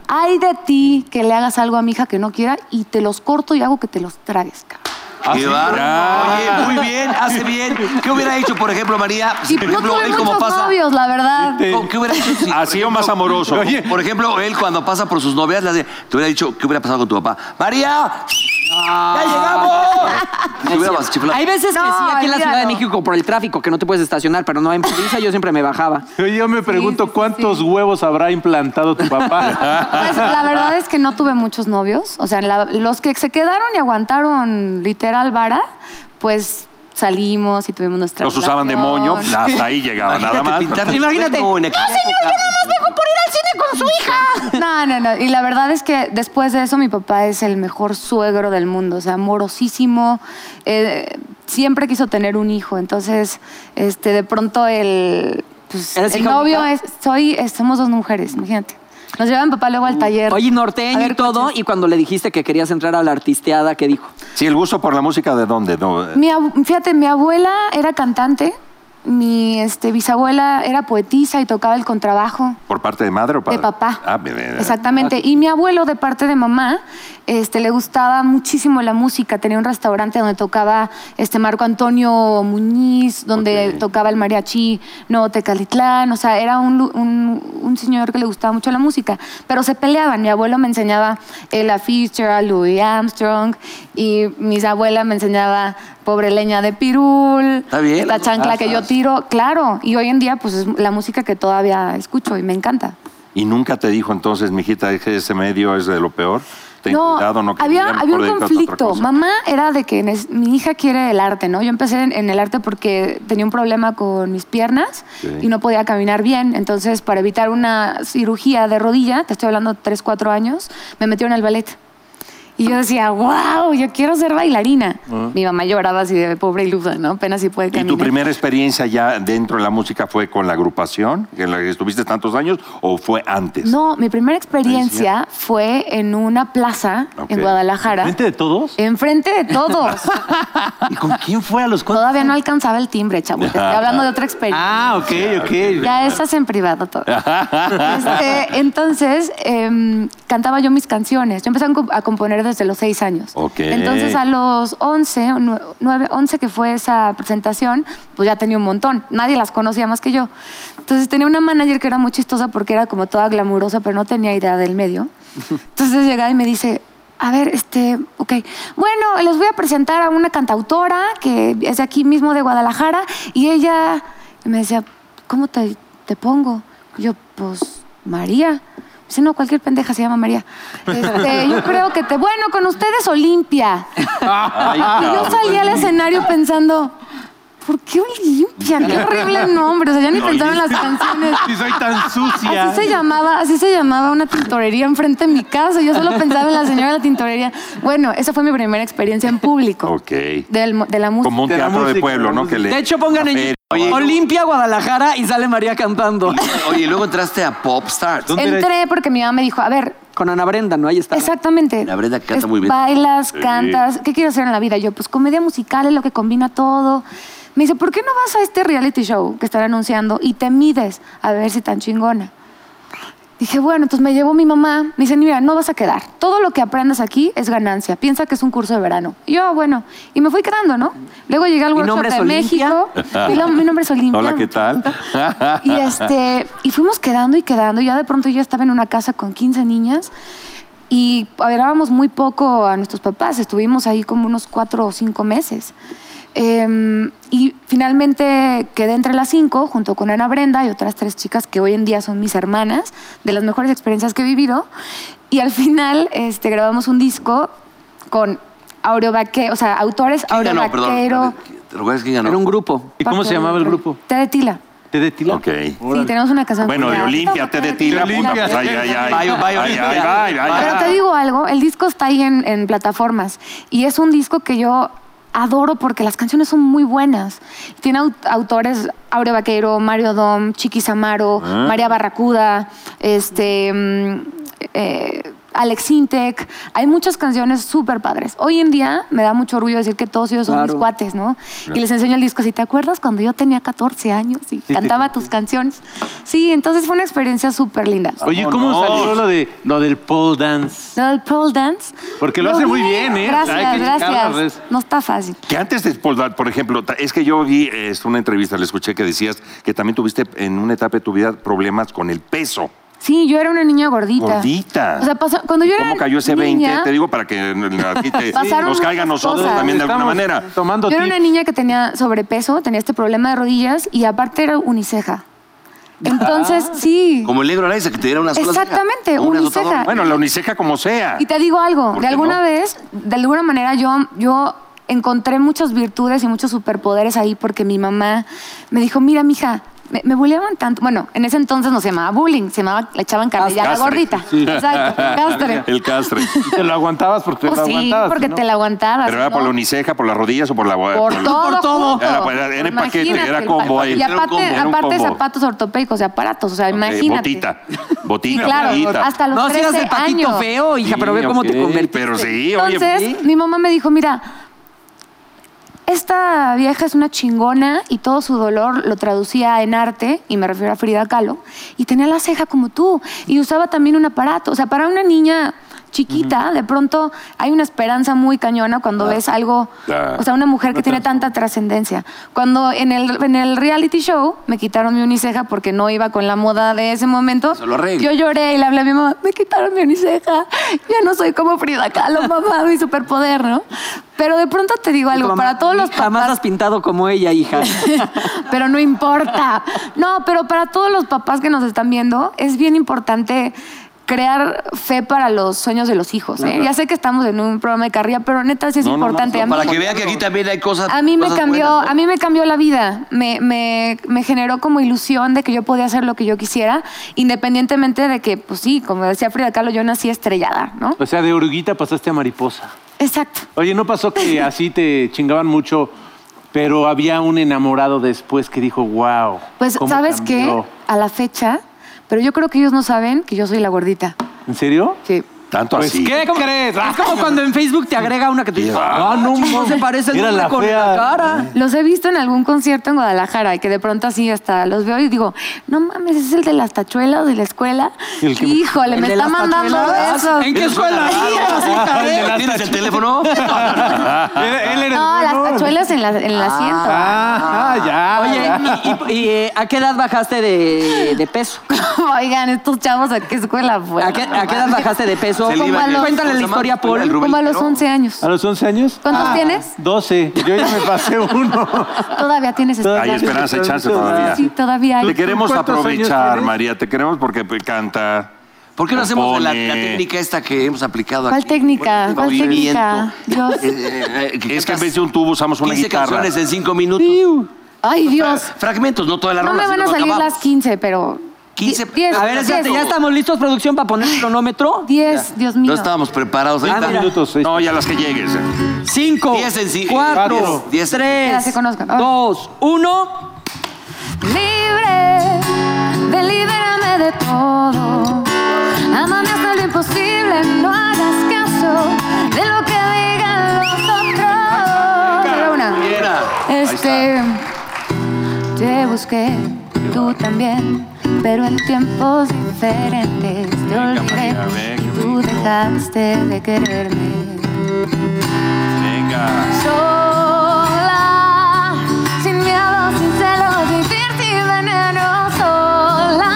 ay de ti que le hagas algo a mi hija que no quiera y te los corto y hago que te los tragues, cabrón. (laughs) ¡Qué bárbaro! Oye, Ah, muy bien, hace bien. ¿Qué hubiera hecho, por ejemplo, María? Si, Y por no ejemplo, tuve él muchos como pasa... novios, la verdad. ¿Cómo- ¿Qué hubiera hecho? si, por Así o ejemplo, más amoroso. Por ejemplo, él cuando pasa por sus novias, le hace, te hubiera dicho, ¿qué hubiera pasado con tu papá? ¡María! ¡Ya (laughs) llegamos! Te hubiera chiflado. Hay veces que No, sí, aquí en la Ciudad de olvídalo. México, por el tráfico, que no te puedes estacionar, pero no, en provincia yo siempre me bajaba. Oye, Yo me pregunto sí, sí, cuántos sí. huevos habrá implantado tu (laughs) papá. (laughs) Pues, la verdad es que no tuve muchos novios. O sea, la- los que se quedaron y aguantaron literal vara, pues salimos y tuvimos nuestra. Los usaban de relación. moño, hasta ahí llegaban, nada Ah, más. pues, Imagínate. dejo por ir al cine con su hija. (laughs) No, no, no. Y la verdad es que después de eso mi papá es el mejor suegro del mundo, o sea, amorosísimo. Eh, siempre quiso tener un hijo, entonces, este, de pronto el, pues, ¿Eres el hija novio es, única? soy, es- somos dos mujeres, imagínate. Nos lleva mi papá luego al taller. Mm. Oye, A norteño ver, y todo, coches. y cuando le dijiste que querías entrar a la artisteada, ¿qué dijo? Sí, el gusto por la música, ¿de dónde? No, eh, Mi abu- fíjate, mi abuela era cantante, mi este, bisabuela era poetisa y tocaba el contrabajo. ¿Por parte de madre o padre? De papá. Ah, bien, bien, bien. Exactamente. Y mi abuelo, de parte de mamá, este, le gustaba muchísimo la música. Tenía un restaurante donde tocaba este Marco Antonio Muñiz, donde Ok. tocaba el mariachi Nuevo Tecalitlán. O sea, era un, lu- un- un señor que le gustaba mucho la música. Pero se peleaban. Mi abuelo me enseñaba Ella Fitzgerald, Louis Armstrong. Y mis abuelas me enseñaba Pobre Leña de Pirul. Está bien, Esta las Ah, chancla que yo gafas. tiro. Claro. Y hoy en día, pues es la música que todavía escucho y me encanta. ¿Y nunca te dijo entonces, mijita, que ese medio es de lo peor? Ten cuidado, no que había, ya mejor había un dedícate a otra conflicto. cosa. Mamá era de que nes- mi hija quiere el arte, ¿no? Yo empecé en, en el arte porque tenía un problema con mis piernas Sí. y no podía caminar bien. Entonces, para evitar una cirugía de rodilla, te estoy hablando 3, 4 años, me metieron al ballet. Y yo decía, wow, yo quiero ser bailarina. Mi mamá lloraba así de pobre ilusa, ¿no? Apenas si Ah. puede ¿Y caminar. tu primera experiencia ya dentro de la música fue con la agrupación en la que estuviste tantos años o fue antes? No, mi primera experiencia fue en una plaza Ok. en Guadalajara. ¿Frente de todos? Enfrente de todos. ¿Y con quién fue a los cuantos? Todavía no alcanzaba el timbre, chavo. Te estoy hablando de otra experiencia. Ah, ok, ok. Ya estás en privado todo. (laughs) Este, entonces, em, cantaba yo mis canciones. Yo empecé a comp- a componer desde los seis años. Ok. Entonces, a los 11, nue- nueve- 11 que fue esa presentación, pues ya tenía un montón. Nadie las conocía más que yo. Entonces, tenía una manager que era muy chistosa porque era como toda glamurosa, pero no tenía idea del medio. Entonces, llegaba y me dice... A ver, este, ok. Bueno, les voy a presentar a una cantautora que es de aquí mismo de Guadalajara y ella y me decía, ¿cómo te, te pongo? Y yo, pues, María. Me Dice, no, cualquier pendeja se llama María. Este, yo creo que te... Bueno, con ustedes Olimpia. Ay, Y yo cabrón. salí al (laughs) escenario pensando, ¿por qué Olimpia? (laughs) Qué horrible nombre. O sea, ya ni pensaron las canciones. Si soy tan sucia. Así se llamaba, así se llamaba una tintorería enfrente de mi casa. Yo solo pensaba en la señora de la tintorería. Bueno, esa fue mi primera experiencia en público. Ok. Del mo- de la música. Como un De la teatro música, de pueblo, la ¿no? Que le- De hecho, pongan la en feria, o algo. Olimpia, Guadalajara y sale María cantando. Oye, luego entraste a Popstars. ¿Dónde era? Entré porque mi mamá me dijo, a ver, Con Ana Brenda, ¿no? Ahí está. Exactamente. La Brenda canta muy bien. Bailas, cantas. ¿Qué quieres hacer en la vida? Yo, pues comedia musical es lo que combina todo. Me dice, ¿por qué no vas a este reality show que están anunciando y te mides a ver si tan chingona? Dije, bueno, entonces me llevó mi mamá. Me dice, mira, no vas a quedar. Todo lo que aprendas aquí es ganancia. Piensa que es un curso de verano. Y yo, "Ah, bueno. Y me fui quedando, ¿no? Luego llegué al ¿Mi workshop nombre es de Olimpia? (laughs) México. Mi lo- mi nombre es Olimpia. Hola, ¿qué tal? Y este, y fuimos quedando y quedando. Ya de pronto yo estaba en una casa con 15 niñas y hablábamos muy poco a nuestros papás. Estuvimos ahí como unos cuatro o cinco meses. Em, y finalmente quedé entre las cinco, junto con Ana Brenda y otras tres chicas que hoy en día son mis hermanas, de las mejores experiencias que he vivido. Y al final este, grabamos un disco con Aureo Vaquero, o sea, autores ¿Quién Aureo ganó? Vaquero. Perdón. ¿Te recuerdas quién ganó? Era un grupo. ¿Y cómo se llamaba el grupo? Te de Tila. ¿Te de Tila? Ok. Sí, tenemos una canción. Bueno, de Ya. Olimpia, te de tila, De puta, Olimpia. pues, ay, ay, ay. Vaya, vaya, Ay, Olimpia. ay, ay, ay, Pero te ay. digo algo, el disco está ahí en, en plataformas y es un disco que yo adoro porque las canciones son muy buenas. Tiene au- autores Aureo Vaquero, Mario Dom, Chiqui Samaro, Ah. María Barracuda, este, mm, eh, Alex Intec. Hay muchas canciones súper padres. Hoy en día me da mucho orgullo decir que todos ellos son Claro. mis cuates, ¿no? Y les enseño el disco. Si te acuerdas cuando yo tenía 14 años y cantaba tus canciones. Sí, entonces fue una experiencia súper linda. Oye, ¿cómo salió lo, de, lo del pole dance? Lo del pole dance. Porque lo hace muy bien, ¿eh? Gracias, Hay que checar las redes. gracias. No está fácil. Que antes de Spoldar, por ejemplo, ta- es que yo vi eh, es una entrevista, le escuché que decías que también tuviste en una etapa de tu vida problemas con el peso. Sí, yo era una niña gordita. Gordita. O sea, pasó- cuando yo era ¿Cómo cayó ese 20? niña, Te digo para que eh, aquí te- (laughs) Pasaron nos caiga a muchas nosotros cosas. también de alguna Estamos manera. Tomando Yo era una tips. niña que tenía sobrepeso, tenía este problema de rodillas y aparte era uniceja. Ah. Entonces, sí. Como el negro Araiza, que te diera unas sola ceja. Exactamente, O una uniceja. dotadora. Bueno, la uniceja como sea. Y te digo algo, ¿Por qué de alguna no? vez, de alguna manera yo, yo encontré muchas virtudes y muchos superpoderes ahí porque mi mamá me dijo, mira, mija, me, me bulleaban tanto. Bueno, en ese entonces no se llamaba bullying, se llamaba, le echaban carrilla a la Castre. gordita. Exacto, castre. (laughs) El castre. (laughs) Te lo aguantabas porque te Pues lo sí, aguantabas. porque ¿no? te la aguantabas. Pero era ¿no? por la uniceja, por las rodillas o por la... Por todo. por todo. junto. Era- era- era en paquete, Imagínate era el combo pa- ahí. Y Era un aparte, combo, era un aparte combo. zapatos ortopédicos y aparatos, o sea, Eh, imagínate. botita. Sí, Botita, claro, botita. hasta los no sigas 13 el patito años. feo, hija, pero ve Sí, cómo ok, te convertiste. Pero sí, oye. Entonces, sí. mi mamá me dijo, mira, esta vieja es una chingona y todo su dolor lo traducía en arte, y me refiero a Frida Kahlo, y tenía la ceja como tú, y usaba también un aparato. O sea, para una niña chiquita, de pronto hay una esperanza muy cañona Ah, cuando ves algo, Claro. o sea, una mujer que tiene tanta trascendencia. Cuando en el, en el reality show me quitaron mi uniceja porque no iba con la moda de ese momento, Se lo arregla. yo lloré y le hablé a mi mamá, me quitaron mi uniceja, ya no soy como Frida Kahlo, (laughs) mamá, mi superpoder, ¿no? Pero de pronto te digo Y tu algo, mamá, para todos los Jamás papás, has pintado como ella, (laughs) hija. pero no importa. No, pero para todos los papás que nos están viendo, es bien importante crear fe para los sueños de los hijos. ¿eh? Ya sé que estamos en un programa de carrera, pero neta sí es importante. a mí, Para que vean que aquí también hay cosas. a mí me cosas cambió, buenas, ¿no? a mí me cambió la vida. Me, me- me generó como ilusión de que yo podía hacer lo que yo quisiera, independientemente de que, pues sí, como decía Frida Kahlo, yo nací estrellada, ¿no? O sea, de oruguita pasaste a mariposa. Exacto. Oye, ¿no pasó (laughs) que así te chingaban mucho, pero había un enamorado después que dijo, wow? Pues, ¿cómo ¿sabes cambió"? qué? A la fecha, pero yo creo que ellos no saben que yo soy la gordita. ¿En serio? Sí. Tanto Pues, así. ¿qué crees? Es como cuando en Facebook te agrega una que tú dices, Ah, no, no se mames. parece el Era nombre la con fea. la cara. Los he visto en algún concierto en Guadalajara y que de pronto así hasta los veo y digo, no mames, es el de las tachuelas de la escuela. ¿El que- Híjole, ¿El me de está las mandando tachuelas? besos. ¿En qué escuela ibas, hija? Ah, en ¿Tienes el teléfono? (laughs) Era- él era el No, las bueno. tachuelas en, la, en el asiento. Ah, ah, ya. Oye, ¿y, y- y, eh, a qué edad bajaste de, de peso? Oigan, estos chavos, ¿a qué escuela fue? ¿A qué, a qué edad bajaste de peso? Se le iba el- Cuéntale la historia, el Paul. Rubén, Como a los ¿no? 11 años. ¿A los 11 años? ¿Cuántos tienes? 12. Yo ya me pasé uno. Todavía tienes Hay esperanza. esperanza y chance Ah, todavía. Sí, todavía Te hay. queremos ¿Cuántos años aprovechar, tienes? María. Te queremos porque pues, canta. ¿Por qué no hacemos la, compone. la técnica esta que hemos aplicado ¿Cuál aquí? técnica? ¿Cuál Movimiento. técnica? Dios. Eh, eh, Es que en cantas vez de un tubo usamos una 15 guitarra. canciones en 5 minutos. Ay, Dios. Fragmentos, no toda la No rola. me si van a no salir acabamos. las 15, pero... 15. Diez, A ver, diez, espérate, ya estamos listos, producción, para poner el cronómetro. 10, Dios mío. No estábamos preparados. Ahí Ah, está. mira. minutos. seis. No, ya las que llegues. Cinco, Diez en sí- cuatro, cuatro, diez. Ya tres, se conozcan. Ah. dos, uno. Libre, delíberame de todo. Amame hasta lo imposible, no hagas caso de lo que digan los otros. Solo una. Mira. Este, te busqué, tú también, pero en tiempos diferentes te olvidé. María, ve, qué Tú dejaste de quererme. Venga. Sola, sin miedo, sin celos, vivir sin veneno. Sola,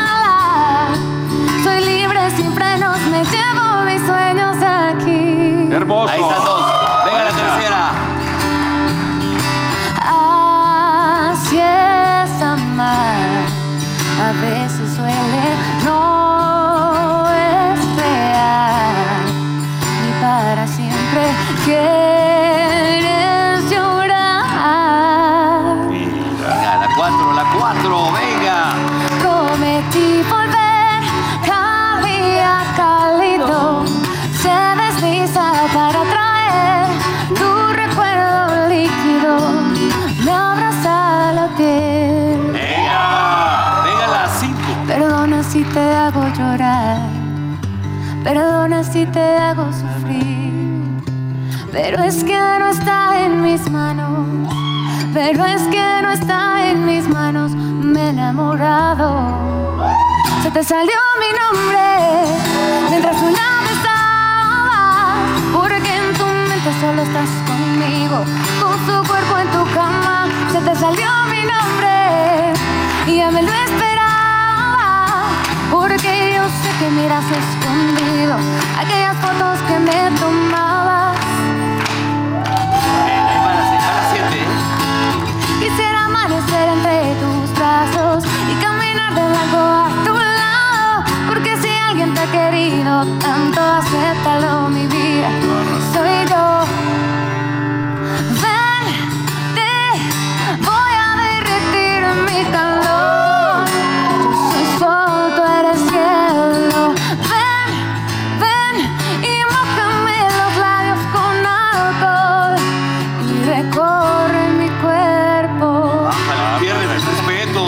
soy libre, sin frenos, me llevo mis sueños aquí. Hermoso. Ahí están dos. Venga la tercera. Así es amar, a veces suele no esperar, ni para siempre quieres llorar. Venga, la cuatro, la cuatro. Venga. Prometí volver cada día cálido. Se desliza para traer tu recuerdo líquido. Me abraza la piel. Venga. Venga la cinco. Perdona si te hago llorar. Perdona si te hago sufrir. Pero es que no está en mis manos. Pero es que no está en mis manos. Me he enamorado. Se te salió mi nombre mientras tú la besabas. Porque en tu mente solo estás conmigo, con tu cuerpo en tu cama. Se te salió mi nombre y ya me lo esperaba. Porque yo sé que miras escondido aquellas fotos que me tomabas. Ahí va la, ahí va la siete. Quisiera amanecer entre tus brazos y caminar de largo a tu lado. Porque si alguien te ha querido tanto, acéptalo, mi vida. Soy yo. Ven, te voy a derretir en mi calor. Yo soy sol, tú eres hielo. Ven, ven y mojame los labios con alcohol y recorre mi cuerpo. Ah, Pierdes el respeto.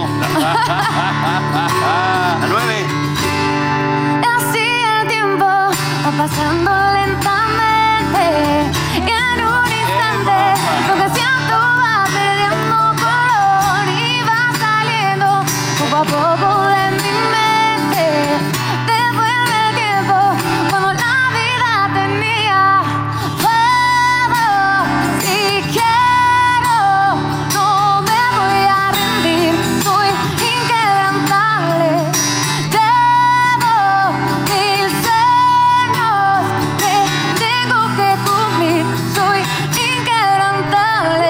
A nueve. Así el tiempo va pasando lentamente y en un instante lo que siento va perdiendo color y va saliendo poco a poco de mi mente. Devuelve el tiempo cuando la vida tenía todo. Si quiero, no me voy a rendir. Soy inquebrantable. Debo mil sueños, te tengo que cumplir, soy inquebrantable.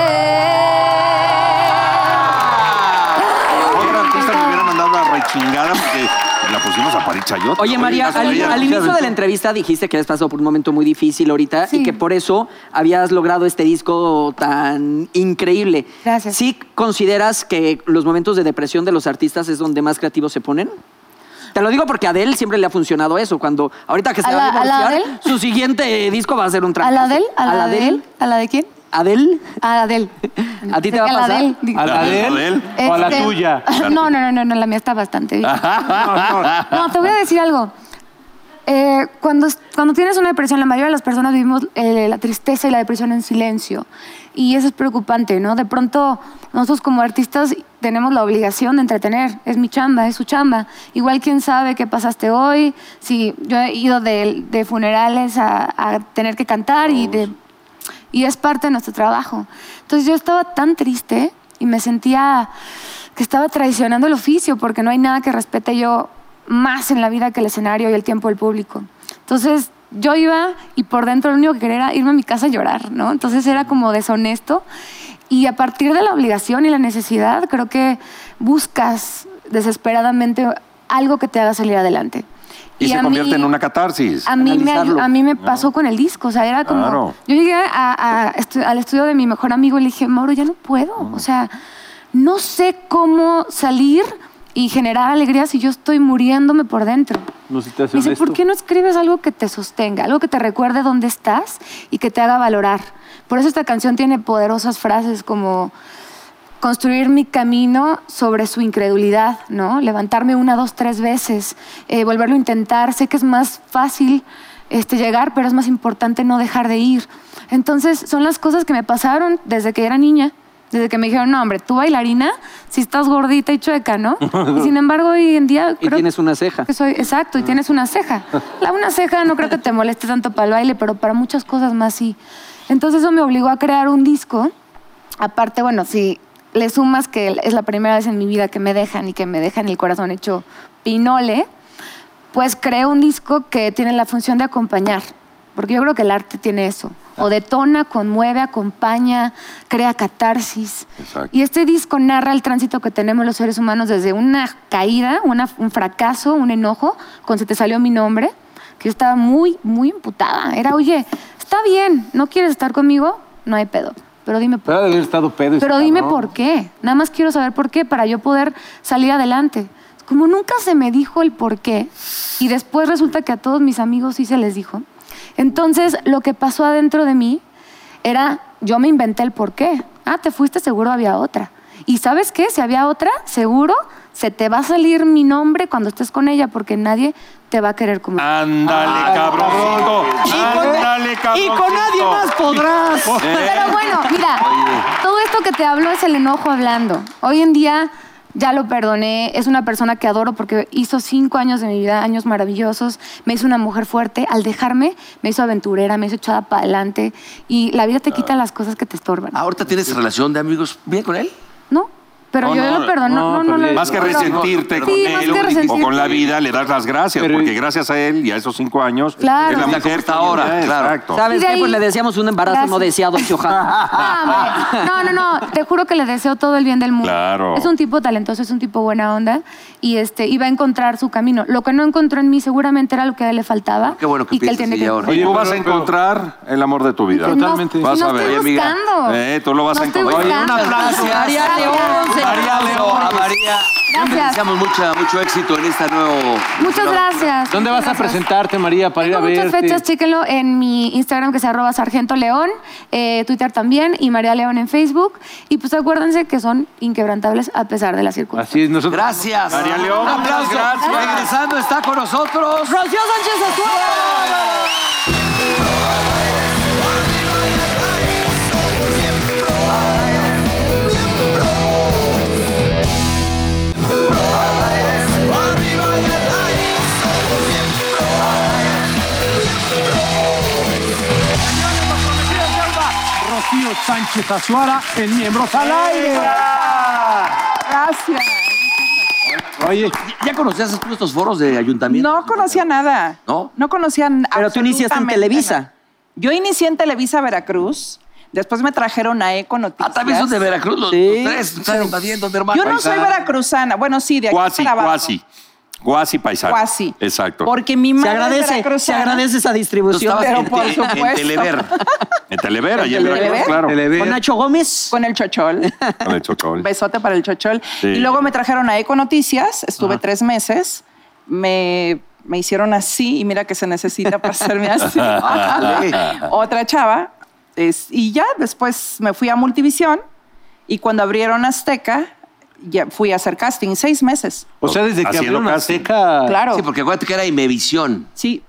Otra artista me hubiera mandado la rechingada porque la pusimos a París Chayote. Oye, María, Las al, veías. al inicio de la entrevista dijiste que habías pasado por un momento muy difícil ahorita Sí. y que por eso habías logrado este disco tan increíble. Gracias. ¿Sí consideras que los momentos de depresión de los artistas es donde más creativos se ponen? Te lo digo porque a Adele siempre le ha funcionado eso. Cuando ahorita que se ¿A va la- a a la divorciar, Adele? su siguiente disco va a ser un trabajo. ¿A la Adel? ¿A la Adel? ¿A la de quién? ¿Adele? A Ah, la Adel. ¿A ti te va a la pasar? Adele, digo. ¿A la de él? ¿O a la Este, tuya? No, no, no, no, no, la mía está (laughs) bastante bien. No, no. No, te voy a decir algo. Eh, cuando, cuando tienes una depresión, la mayoría de las personas vivimos eh, la tristeza y la depresión en silencio. Y eso es preocupante, ¿no? De pronto, nosotros como artistas tenemos la obligación de entretener. Es mi chamba, es su chamba. Igual, quién sabe qué pasaste hoy. Si yo he ido de, de funerales a, a tener que cantar y de y es parte de nuestro trabajo. Entonces yo estaba tan triste y me sentía que estaba traicionando el oficio porque no hay nada que respete yo más en la vida que el escenario y el tiempo del público. Entonces yo iba y por dentro lo único que quería era irme a mi casa a llorar, ¿no? Entonces era como deshonesto y a partir de la obligación y la necesidad creo que buscas desesperadamente algo que te haga salir adelante. Y, se a convierte mí- en una catarsis. a mí, me, analizarlo. a mí me pasó con el disco, o sea, era como... Claro. Yo llegué a- a estu- al estudio de mi mejor amigo y le dije, Mauro, ya no puedo, o sea, no sé cómo salir y generar alegría si yo estoy muriéndome por dentro. No se te hace Me dice, honesto. ¿por qué no escribes algo que te sostenga, algo que te recuerde dónde estás y que te haga valorar? Por eso esta canción tiene poderosas frases como construir mi camino sobre su incredulidad, ¿no? Levantarme una, dos, tres veces, eh, volverlo a intentar. Sé que es más fácil este, llegar, pero es más importante no dejar de ir. Entonces, son las cosas que me pasaron desde que era niña. Desde que me dijeron, no, hombre, tú bailarina, si estás gordita y (laughs) chueca, ¿no? Y sin embargo, hoy en día... Y creo tienes una ceja. que soy, exacto, y tienes una ceja. La una ceja no creo que te moleste tanto para el baile, pero para muchas cosas más sí. Entonces eso me obligó a crear un disco. Aparte, bueno, si le sumas que es la primera vez en mi vida que me dejan y que me dejan el corazón hecho pinole, pues creo un disco que tiene la función de acompañar, porque yo creo que el arte tiene eso. O detona, conmueve, acompaña, crea catarsis. Exacto. Y este disco narra el tránsito que tenemos los seres humanos desde una caída, una- un fracaso, un enojo, cuando se te salió mi nombre, que yo estaba muy, muy imputada. Era, oye, está bien, no quieres estar conmigo, no hay pedo. Pero dime por Pero ha de haber estado pedo. ese pero dime cabrón. por qué. Nada más quiero saber por qué para yo poder salir adelante. Como nunca se me dijo el por qué, y después resulta que a todos mis amigos sí se les dijo, entonces lo que pasó adentro de mí era, yo me inventé el por qué. Ah, te fuiste, seguro había otra. Y sabes qué, si había otra, seguro se te va a salir mi nombre cuando estés con ella, porque nadie te va a querer como... Ándale, cabroncito. Ándale, e-, y cabroncito. con nadie más podrás. (laughs) Pero Eh. bueno, mira, todo esto que te hablo es el enojo hablando. Hoy en día ya lo perdoné, es una persona que adoro porque hizo cinco años de mi vida, años maravillosos, me hizo una mujer fuerte, al dejarme me hizo aventurera, me hizo echada para adelante Ah. y la vida te quita las cosas que te estorban. ¿Ahorita tienes relación de amigos bien con él? ¿No? Pero Oh, No, yo no, ya lo perdono. no, No, no, pero no, ya- Más que no, no. resentirte Sí, con más él que o resentirte. con la vida, le das las gracias, Pero- porque gracias a él y a esos cinco años Claro. es la Está mujer como que está ahora, es, claro. Exacto. ¿Sabes Y de qué? ahí- Pues le deseamos un embarazo Gracias. no deseado, y (laughs) ojalá. Ah, hombre. No, no, no. Te juro que le deseo todo el bien del mundo. Claro. Es un tipo talentoso, es un tipo buena onda y este iba a encontrar su camino. Lo que no encontró en mí seguramente era lo que a él le faltaba. Ah, Qué bueno que y que él piensas tiene así que ahora. Oye, Oye, tú pero- vas a pero- encontrar el amor de tu vida. No, Totalmente. no Vas a estoy ver, amiga. buscando. Eh, tú lo vas No a estoy encontrar. buscando. Un aplauso. María León, señor. María León, a María. Gracias. Le deseamos mucha, mucho éxito en este esta nueva. Muchas gracias. ¿Dónde muchas vas a gracias. presentarte, María, para ir a Tengo verte? muchas fechas, chéquenlo en mi Instagram que es arroba sargento león, eh, Twitter también y María León en Facebook. Y pues acuérdense que son inquebrantables a pesar de las circunstancias. Así es, nosotros. Gracias. María León, Un aplauso. gracias. Regresando está con nosotros. Rocío Sánchez Azuela. Rocío Sánchez Azuara en Miembros al Aire. Gracias. Oye, ¿Ya conocías tú estos foros de ayuntamiento? No conocía nada. ¿No? No conocían Pero tú iniciaste en Televisa. Yo inicié en Televisa Veracruz. Después me trajeron a Eco Noticias. Ah, también son de Veracruz los, Sí. los tres. Están invadiendo, mi hermano. Yo no soy Paisano. veracruzana. Bueno, sí, de aquí Cuasi, para abajo. cuasi. Cuasi paisano. Cuasi. Exacto. Porque mi Se madre es agradece, se veracruzana. agradece esa Tú distribución. estabas Pero en, por te- en supuesto. Telever. En Televera, y en Televera? Veracruz, claro. Televera. Con Nacho Gómez. Con el chochol. Con el chocol. Un besote para el chochol. Sí. Y luego me trajeron a Eco Noticias, estuve tres meses, me, me hicieron así y mira que se necesita para (laughs) hacerme así. (laughs) Otra chava. es- y ya después me fui a Multivisión y cuando abrieron Azteca, ya fui a hacer casting seis meses. o sea, desde que Haciendo abrieron la casting. seca. (laughs) Claro, Ah, Sí, porque acuérdate que era Imevisión, sí,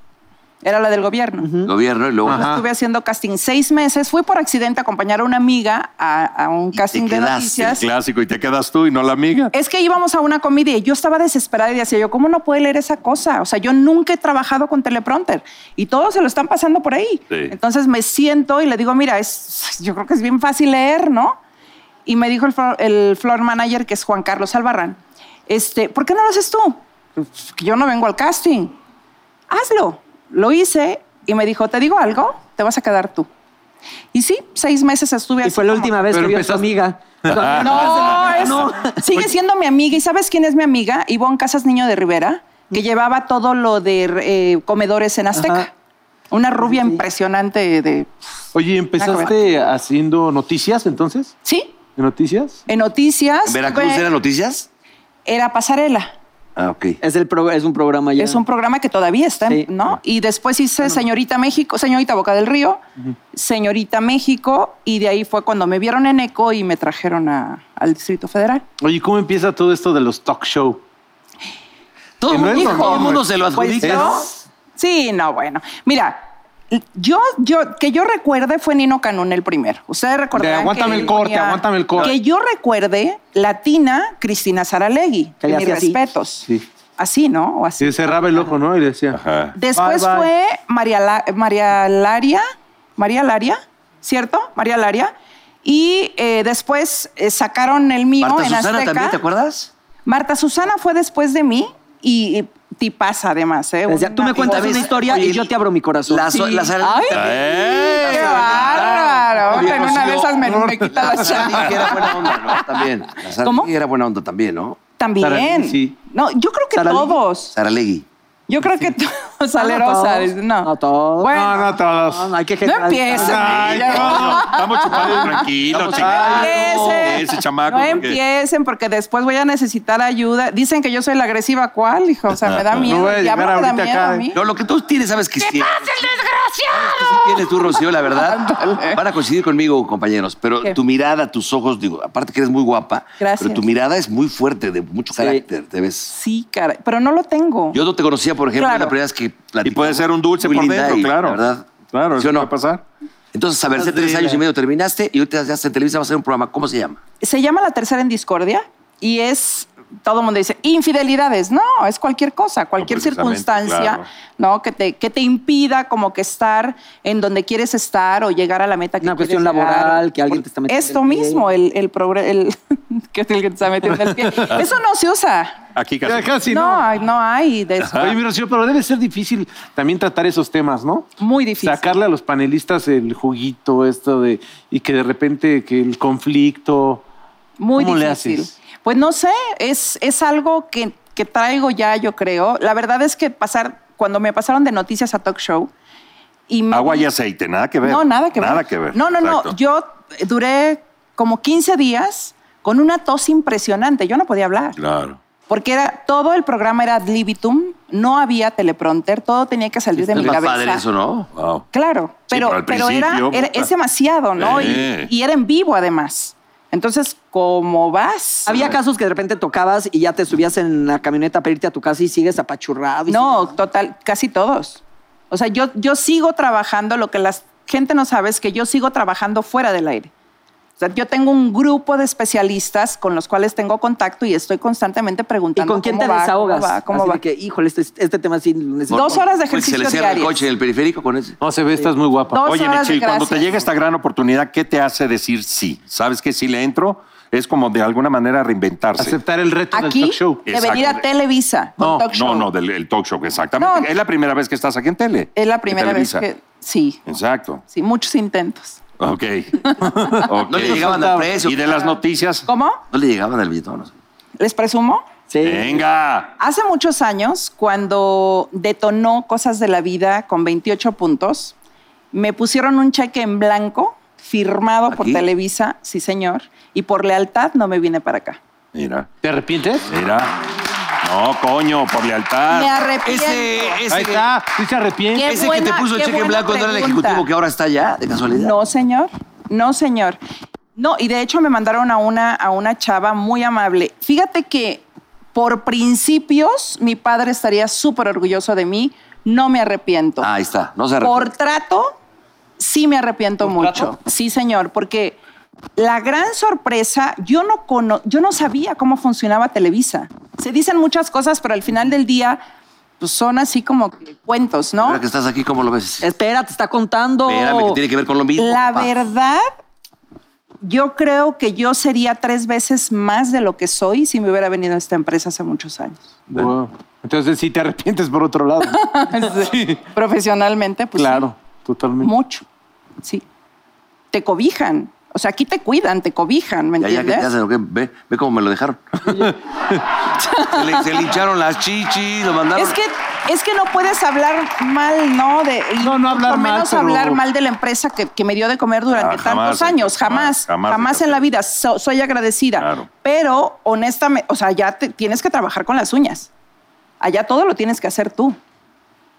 era la del gobierno. gobierno, y luego. Ajá. Estuve haciendo casting seis meses. Fui por accidente a acompañar a una amiga a, a un te casting de quedaste, noticias. Clásico, y te quedas tú y no la amiga. Es que íbamos a una comida y yo estaba desesperada y decía yo, ¿cómo no puede leer esa cosa? O sea, yo nunca he trabajado con teleprompter y todos se lo están pasando por ahí. Sí. Entonces me siento y le digo, mira, es, yo creo que es bien fácil leer, ¿no? Y me dijo el, flo- el floor manager, que es Juan Carlos Albarrán, este, ¿por qué no lo haces tú? "Pues, que Yo no vengo al casting. Hazlo. Lo hice y me dijo, ¿te digo algo? Te vas a quedar tú. Y sí, seis meses estuve Y así fue la como- última vez Pero que vio a su empezaste- amiga. no, es- sigue siendo mi amiga. ¿Y sabes quién es mi amiga? Ivonne Casas Niño de Rivera, que llevaba todo lo de eh, comedores en Azteca. Ajá. Una rubia impresionante de... Oye, ¿empezaste haciendo noticias entonces? Sí, ¿De noticias? en noticias. ¿En Veracruz fue- era noticias? era pasarela. Ah, eh, ok. Es, el pro- es un programa ya. Es un programa que todavía está, en- Sí. ¿no? Y después hice Señorita México, Señorita Boca del Río, Señorita México, y de ahí fue cuando me vieron en ECO y me trajeron a- al Distrito Federal. Oye, ¿cómo empieza todo esto de los talk show? Todo Que el no es mundo, normal, todo el mundo güey. se lo Pues adjudica. yo- Sí, no, bueno. Mira, yo, yo, que yo recuerde fue Nino Canún el primero. Ustedes recordarán De aguántame que el corte, ponía- aguántame el corte. Que yo recuerde Latina Cristina Saralegui. Que le mis hacía así. respetos. Sí. Así, ¿no? O así. Se cerraba el ojo, ¿no? Y decía. Ajá. Después Bye, bye. fue María, La- María Laria, María Laria, ¿cierto? María Laria. Y eh, después eh, sacaron el mío Marta en Susana Azteca. también, ¿te acuerdas? Marta Susana fue después de mí y, y tipaza además, ¿eh? O sea, Pues tú me Una cuentas tipaza. una historia y yo te abro mi corazón. La, so- Sí. la Sara- Ay, ¡Eh! ¡Qué bárbaro! Oye, en una Rocío, de esas me, me quita (laughs) la Sara chamba. Lee era buena onda, ¿no? También. La Sara ¿Cómo? Lee era buena onda también, ¿no? También. Sara, sí. No, yo creo que Sara Lee. todos. Sara Legui. Yo creo que todos. Salerosa. todos. dice, No. No todos. Bueno, No, no, todos. No, no hay que no generalizar. empiecen. Ay, no, estamos chupando tranquilo, No chingada. empiecen. Ese chamaco. No porque- empiecen porque después voy a necesitar ayuda. Dicen que yo soy la agresiva. ¿Cuál, hijo? O sea, me da miedo. voy a ya me llegar da ahorita miedo acá, a ¿eh? mí. No, lo que tú tienes, sabes que sí. ¡Pasa el desgraciado! Sí tienes tú, Rocío, la verdad. Van a coincidir conmigo, compañeros, pero ¿Qué? tu mirada, tus ojos, digo, aparte que eres muy guapa, Gracias. pero tu mirada es muy fuerte, de mucho carácter, te ves. Sí, cara. Pero no lo tengo. Yo no te conocía, por ejemplo, Claro. la primera vez que Y platicamos. puede ser un dulce Muy por linda dentro, y, claro. la ¿Verdad? Claro, ¿Sí eso o no? puede pasar. Entonces, a ver, hace tres años y medio terminaste y ahorita ya en Televisa va a hacer un programa. ¿Cómo se llama? se llama La Tercera en Discordia y es, todo el mundo dice, infidelidades. No, es cualquier cosa, cualquier precisamente, circunstancia, claro. ¿no? Que te, que te impida como que estar en donde quieres estar o llegar a la meta que Una quieres cuestión llegar. laboral, que alguien te está metiendo Esto el pie. mismo, el, (laughs) el, progre- el- que alguien te está (laughs) metiendo el pie. Eso no se usa. Aquí casi. Casi no, no. ay, no hay de eso. Oye, mi Rocío, pero debe ser difícil también tratar esos temas, ¿no? Muy difícil. Sacarle a los panelistas el juguito, esto de. Y que de repente que el conflicto. Muy ¿Cómo le difícil. haces? Pues no sé, es, es algo que, que traigo ya, yo creo. La verdad es que pasar, cuando me pasaron de noticias a talk show, y me- Agua y aceite, nada que ver. No, nada que ver. Nada que ver. No, no, no. Exacto. Yo duré como 15 días con una tos impresionante. Yo no podía hablar. Claro. Porque era, todo el programa era ad libitum, no había teleprompter, todo tenía que salir de mi Es más cabeza. padre eso, ¿no? Wow. Claro, pero, pero al pero era, principio, era- puta. es demasiado, ¿no? Sí. Y, y era en vivo además. Entonces, ¿cómo vas? Había casos que de repente tocabas y ya te subías en la camioneta para irte a tu casa y sigues apachurrado. y No, total, casi todos. O sea, yo, yo sigo trabajando, lo que la gente no sabe es que yo sigo trabajando fuera del aire. O sea, yo tengo un grupo de especialistas con los cuales tengo contacto y estoy constantemente sigues- ¿Y preguntando. con quién cómo te va, desahogas? ¿Cómo va? ¿Cómo Así va? de que, híjole, este, este tema sí lo necesito. Dos horas de Pues se le ejercicio cierra el diarios. coche en el periférico con ese. No, se ve, estás muy guapa. Dos Oye, horas de Michi, cuando te este gracias. llega esta gran oportunidad, ¿qué te hace decir sí? ¿Sabes que si le entro? Es como de alguna manera reinventarse. Aceptar el reto del Aquí, talk show. de venir a Exacto. Televisa. con No, talk show. No, no, del el talk show, exactamente. No. Es la primera vez que estás aquí en tele. Es la en primera vez Televisa. que. Sí, Exacto. sí, muchos intentos. Ok. (laughs) Ok. No le llegaban al precio. Y de las noticias. ¿Cómo? No le llegaban al billetón. ¿Les presumo? Sí. Venga. Hace muchos años, cuando detonó Cosas de la Vida con 28 puntos, me pusieron un cheque en blanco firmado por ¿Aquí? Televisa, sí señor, y por lealtad no me vine para acá. Mira, ¿Te arrepientes? mira. No, coño, por lealtad. me arrepiento. Ah, Ese, ese, Ahí está, sí se arrepiente. Qué ese que te buena- puso el qué cheque en buena blanco no era el pregunta. ejecutivo que ahora está allá, de casualidad. No, señor. No, señor. No, y de hecho me mandaron a una, a una chava muy amable. Fíjate que por principios mi padre estaría súper orgulloso de mí. No me arrepiento. Ah, ahí está. No se arrepiente. Por trato, sí me arrepiento mucho. Sí, señor, porque la gran sorpresa, yo no, cono- yo no sabía cómo funcionaba Televisa. Se dicen muchas cosas, pero al final del día pues, son así como que cuentos, ¿no? Ahora que estás aquí, ¿cómo lo ves? Espera, te está contando. Espérame, que tiene que ver con lo mismo. Ah. La papá. verdad, yo creo que yo sería tres veces más de lo que soy si me hubiera venido a esta empresa hace muchos años. Wow. Entonces sí te arrepientes por otro lado. Sí, Profesionalmente, pues sí, claro, totalmente. mucho. Sí. Te cobijan. O sea, aquí te cuidan, te cobijan, ¿me Ya, ya, ¿qué entiendes? te hacen? ¿O qué? Ve, ve cómo me lo (laughs) dejaron. se, le, se le hincharon las chichis, lo mandaron. Es que, es que no puedes hablar mal, ¿no? De, y No, no hablar Por mal, menos pero- hablar mal de la empresa que, que me dio de comer durante Ah, jamás, tantos eh, años. Jamás, jamás, jamás, jamás, en eh, la vida. So- soy agradecida. Claro. Pero, honestamente, o sea, ya te- tienes que trabajar con las uñas. Allá todo lo tienes que hacer tú.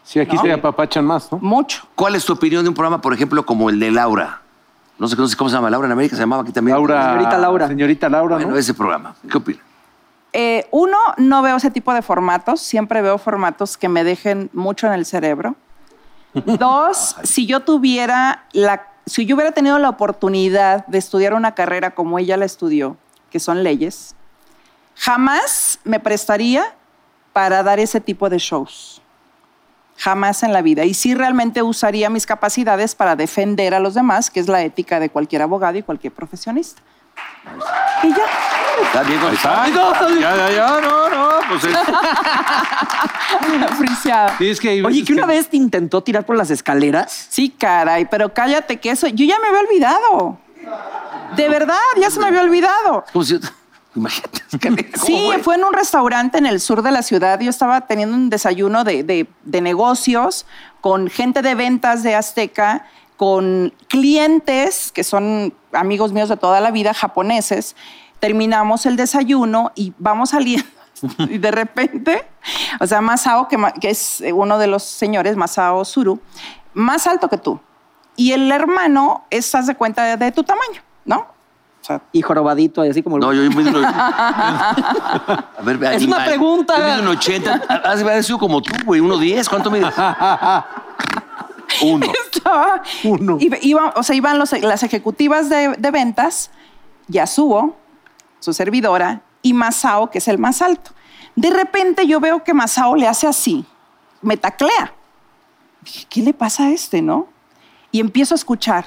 Sí, aquí te apapachan más, ¿no? Mucho. ¿Cuál es tu opinión de un programa, por ejemplo, como el de Laura? No sé, no sé cómo se llama Laura en América, se llamaba aquí también. Laura. Señorita Laura. Señorita Laura, Bueno, ¿no? ese programa. ¿Qué opinas? Eh, uno, no veo ese tipo de formatos. Siempre veo formatos que me dejen mucho en el cerebro. Dos, si yo tuviera la, si yo hubiera tenido la oportunidad de estudiar una carrera como ella la estudió, que son leyes, jamás me prestaría para dar ese tipo de shows. Jamás en la vida. Y sí realmente usaría mis capacidades para defender a los demás, que es la ética de cualquier abogado y cualquier profesionista. Y ya. (laughs) ¿Está bien Ahí contestado? está. Ya, ya, ya, no, no. Pues (laughs) es- Friciada. Sí, pues es que hay Oye, veces que una vez te intentó tirar por las escaleras. Sí, caray, pero cállate que eso, yo ya me había olvidado. De verdad, ya se me había olvidado. Como si- (laughs) Imagínate. escalera, (laughs) ¿cómo Sí, fue? fue en un restaurante en el sur de la ciudad. Yo estaba teniendo un desayuno de, de- de negocios con gente de ventas de Azteca, con clientes que son amigos míos de toda la vida, japoneses. Terminamos el desayuno y vamos (laughs) saliendo. Y de repente, o sea, Masao, que, ma- que es eh, uno de los señores, Masao Suru, más alto que tú. Y el hermano, estás de cuenta de, de tu tamaño, ¿no? Y jorobadito, así como... el- No, yo yo (laughs) mido. A ver, Es una pregunta. Yo mido un 80. Has de haber sido como tú, güey, 1.10. (laughs) ¿Cuánto mides? uno. estaba- Iba- iba- o sea, iban los- las ejecutivas de, de ventas, Yasuo, su servidora, y Masao, que es el más alto. De repente yo veo que Masao le hace así, me taclea. Dije, ¿qué le pasa a este, no? Y empiezo a escuchar.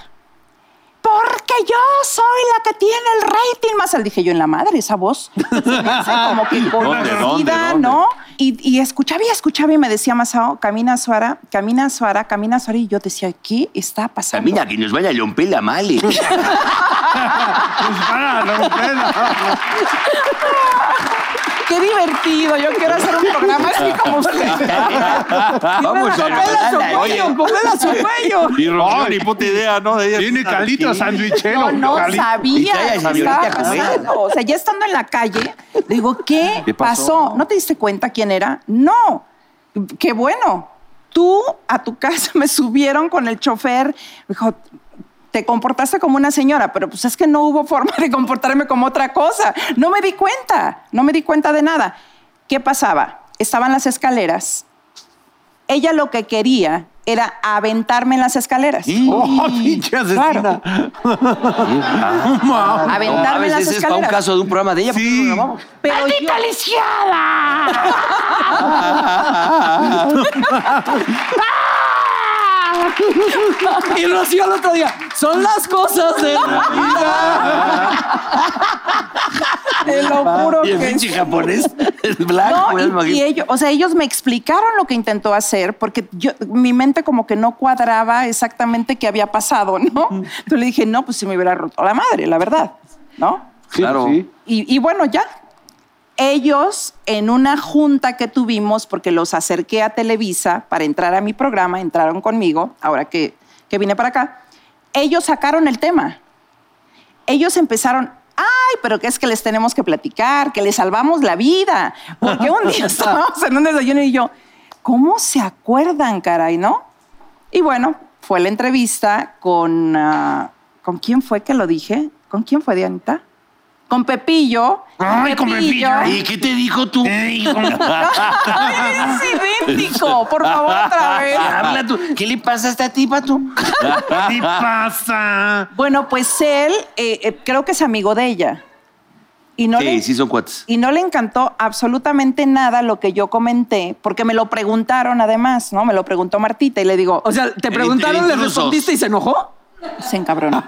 ¿Por qué que yo soy la que tiene el rating más al dije yo en la madre esa voz Se me hace como que conocida dónde, dónde? no y, y escuchaba y escuchaba y me decía Masao camina Suara camina Suara camina Suara y yo decía ¿qué está pasando Camina, que nos vaya a romper la male. Ah, qué divertido yo quiero hacer un programa así (laughs) como usted Vamos a póngale a su Ándale. cuello póngale a (laughs) su cuello Y Rocío, ni puta idea, ¿no? De ella Tiene está calito aquí. sandwichero. No, no cali- Y trae a sabía lo que señorita estaba a comer. pasando. O sea, ya estando en la calle, digo, ¿qué, ¿Qué pasó? pasó? ¿No te diste cuenta quién era? No. Qué bueno. Tú a tu casa (laughs) me subieron con el chofer. Me dijo, te comportaste como una señora, pero pues es que no hubo forma de comportarme como otra cosa. No me di cuenta, no me di cuenta de nada. ¿Qué pasaba? Estaban las escaleras. Ella lo que quería era aventarme en las escaleras. Oh, (laughs) pinche asesina. Ah, A Aventarme en las veces es para un escaleras. caso de un programa de ella. Sí. Pero yo, ¡Maldita lisiada! Y Rocío al otro día, son las cosas de la vida. te lo juro Y el que pinche (laughs) japonés, el black, No, güey, y- el y, maguito. ellos, o sea, ellos me explicaron lo que intentó hacer, porque yo, mi mente como que no cuadraba exactamente qué había pasado, ¿no? Entonces le dije, no, pues si me hubiera roto la madre, la verdad, ¿no? Sí, Claro. sí. Y, y bueno, ya. Ellos, en una junta que tuvimos, porque los acerqué a Televisa para entrar a mi programa, entraron conmigo, ahora que, que vine para acá, ellos sacaron el tema. Ellos empezaron, ay, pero que es que les tenemos que platicar, que les salvamos la vida. Porque un (laughs) día estábamos en un desayuno y yo, ¿cómo se acuerdan, caray, no? Y bueno, fue la entrevista con. ah, ¿Con quién fue que lo dije? ¿Con quién fue, Dianita? Con Pepillo. Ay, con Pepillo. ¿Y qué te dijo tú? (laughs) Ay, eres idéntico. (laughs) Por favor, (laughs) otra (laughs) vez. Habla tú. ¿Qué le pasa a esta tipa (laughs) tú? ¿Qué pasa? Bueno, pues él eh, eh, creo que es amigo de ella. Y no, Sí, le, sí son cuates. y no le encantó absolutamente nada lo que yo comenté, porque me lo preguntaron además, ¿no? Me lo preguntó Martita y le digo, O sea, te preguntaron, le intrusos. respondiste y se enojó. se encabronó.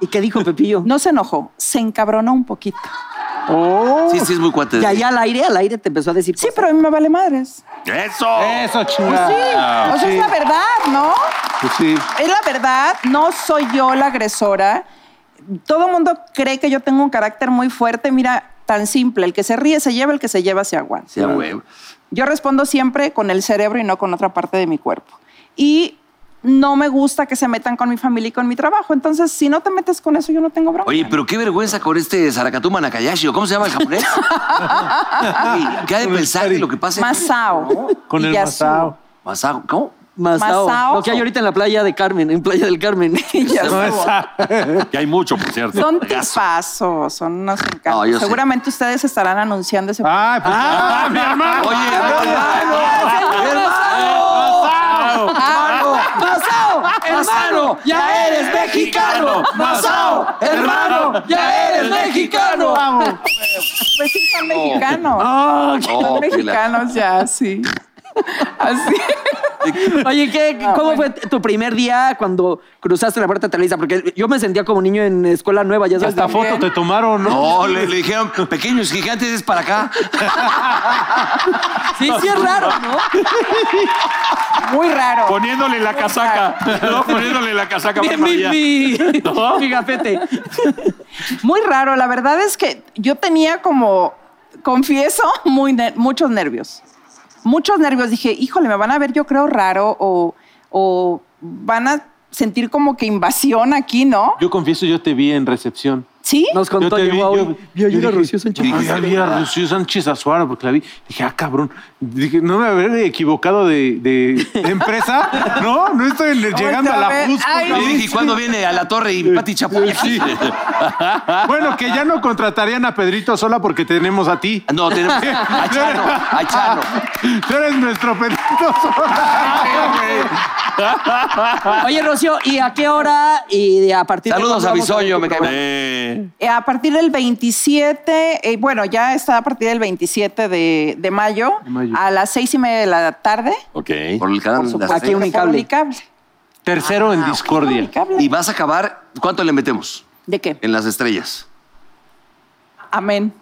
¿Y qué dijo Pepillo? No se enojó, se encabronó un poquito. Oh. Sí, sí es muy cuate. Y allá al aire, al aire te empezó a decir. Sí, cosas. pero a mí me vale madres. ¡Eso! Eso, Pues sí, chingada. Ah, o sea, es la verdad, ¿no? Pues sí. Es la verdad, no soy yo la agresora. Todo el mundo cree que yo tengo un carácter muy fuerte. Mira, tan simple, el que se ríe se lleva, el que se lleva se aguanta. Sí, a huevo. Yo respondo siempre con el cerebro y no con otra parte de mi cuerpo. Y no me gusta que se metan con mi familia y con mi trabajo. Entonces, si no te metes con eso, yo no tengo bronca. Oye, pero qué vergüenza con este Sarakatuma Nakayashi, ¿o cómo se llama el (laughs) japonés? Ay, ¿Qué ha de pensar de lo que pasa? (laughs) en- Masao. Con el Iyasu. pasado. Masao, (laughs) ¿cómo? Masao. Masao. Lo que hay ahorita en la playa de Carmen, en Playa del Carmen. (laughs) Iyasu. Que hay mucho, por cierto. Son tipazos, son unos encantos. No, yo sé. Seguramente ustedes estarán anunciando ese Ay, pues, ah, mi hermano. Oye, (laughs) Pasado. ¡Hermano! ¡Masao! ¡Hermano! ¡Ya eres mexicano! ¡Masao! ¡Hermano! ¡Ya eres mexicano! Pues sí, son mexicanos. son Oh, qué la- mexicanos (laughs) ya, sí. Así. (laughs) Oye, ¿qué, Ah, ¿cómo bueno. fue tu primer día cuando cruzaste la puerta de Televisa? Porque yo me sentía como niño en escuela nueva, ya sabes. Hasta foto te tomaron, ¿no? No, le, le dijeron, pequeños gigantes es para acá. Sí, sí es raro, ¿no? Muy raro. Poniéndole la casaca. No, poniéndole la casaca. Mi, para mi, María. mi, (laughs) mi gafete. Muy raro. La verdad es que yo tenía como, confieso, (laughs) muy ne- muchos nervios. Muchos nervios. Dije, híjole, me van a ver, yo creo, raro o, o van a sentir como que invasión aquí, ¿no? Yo confieso, yo te vi en recepción. Sí. Nos yo contó, te vi, llegó yo, hoy. Vi ayer a dije- Rocío Sánchez. Dije, ya vi a Rocío Sánchez Azuara porque la vi. Dije, ah, cabrón. Dije, no me habré equivocado de, de- de empresa. no, no estoy le- llegando a a la ver. Jusco. Ay, Y cabrón. dije, ¿y cuándo viene a la torre y Pati Chapoya? Sí. Bueno, que ya no contratarían a Pedrito sola porque tenemos a ti. (laughs) No, (laughs) tenemos a Chano, a Chano. Tú eres nuestro Pedrito sola. "Ah". Oye, Rocío, ¿y a qué hora y de- a partir Saludos de a cuándo vamos Bisoño, ver me tu cae programa? Eh, Eh, A partir del 27, eh, bueno, ya está a partir del 27 de, de mayo, De mayo. a las seis y media de la tarde. ok. Por el por canal. de las supuesto, Aquí seis. por Unicable. Unicable. Tercero Ah, en discordia. Y vas a acabar, ¿cuánto le metemos? ¿De qué? En las estrellas. Amén.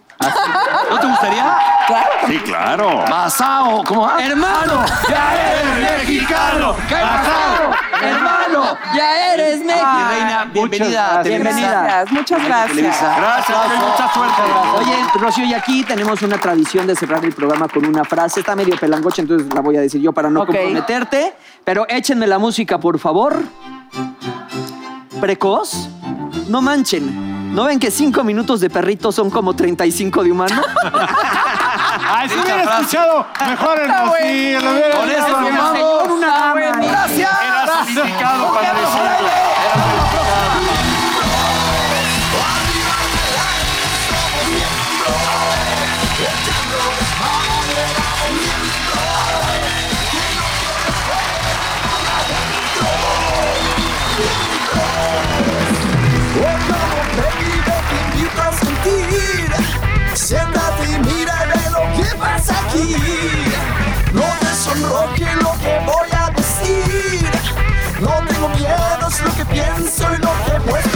¿No te gustaría? Claro. Sí, claro. Masao, ¿cómo va? Hermano, ¡Ya eres mexicano! Hermano, hermano, ya eres Mi México. reina, bienvenida. gracias. Bienvenida. Gracias, muchas Televisa. gracias. Gracias, Pepe, mucha suerte. Oye, Rocío, y aquí tenemos una tradición de cerrar el programa con una frase. Está medio pelangocha, entonces la voy a decir yo para no Ok. comprometerte. Pero échenme la música, por favor. Precoz, no manchen. ¿No ven que cinco minutos de perrito son como 35 de humano? Ah, Ay, si hubiera escuchado, mejor en los sí, lo hubiera- Con eso nos vamos. Señor, una dama. Gracias. Era sindicado para decirlo. Siéntate y mira y ve lo que pasa aquí. No te sonroje lo que voy a decir. No tengo miedo, es lo que pienso y lo que puedo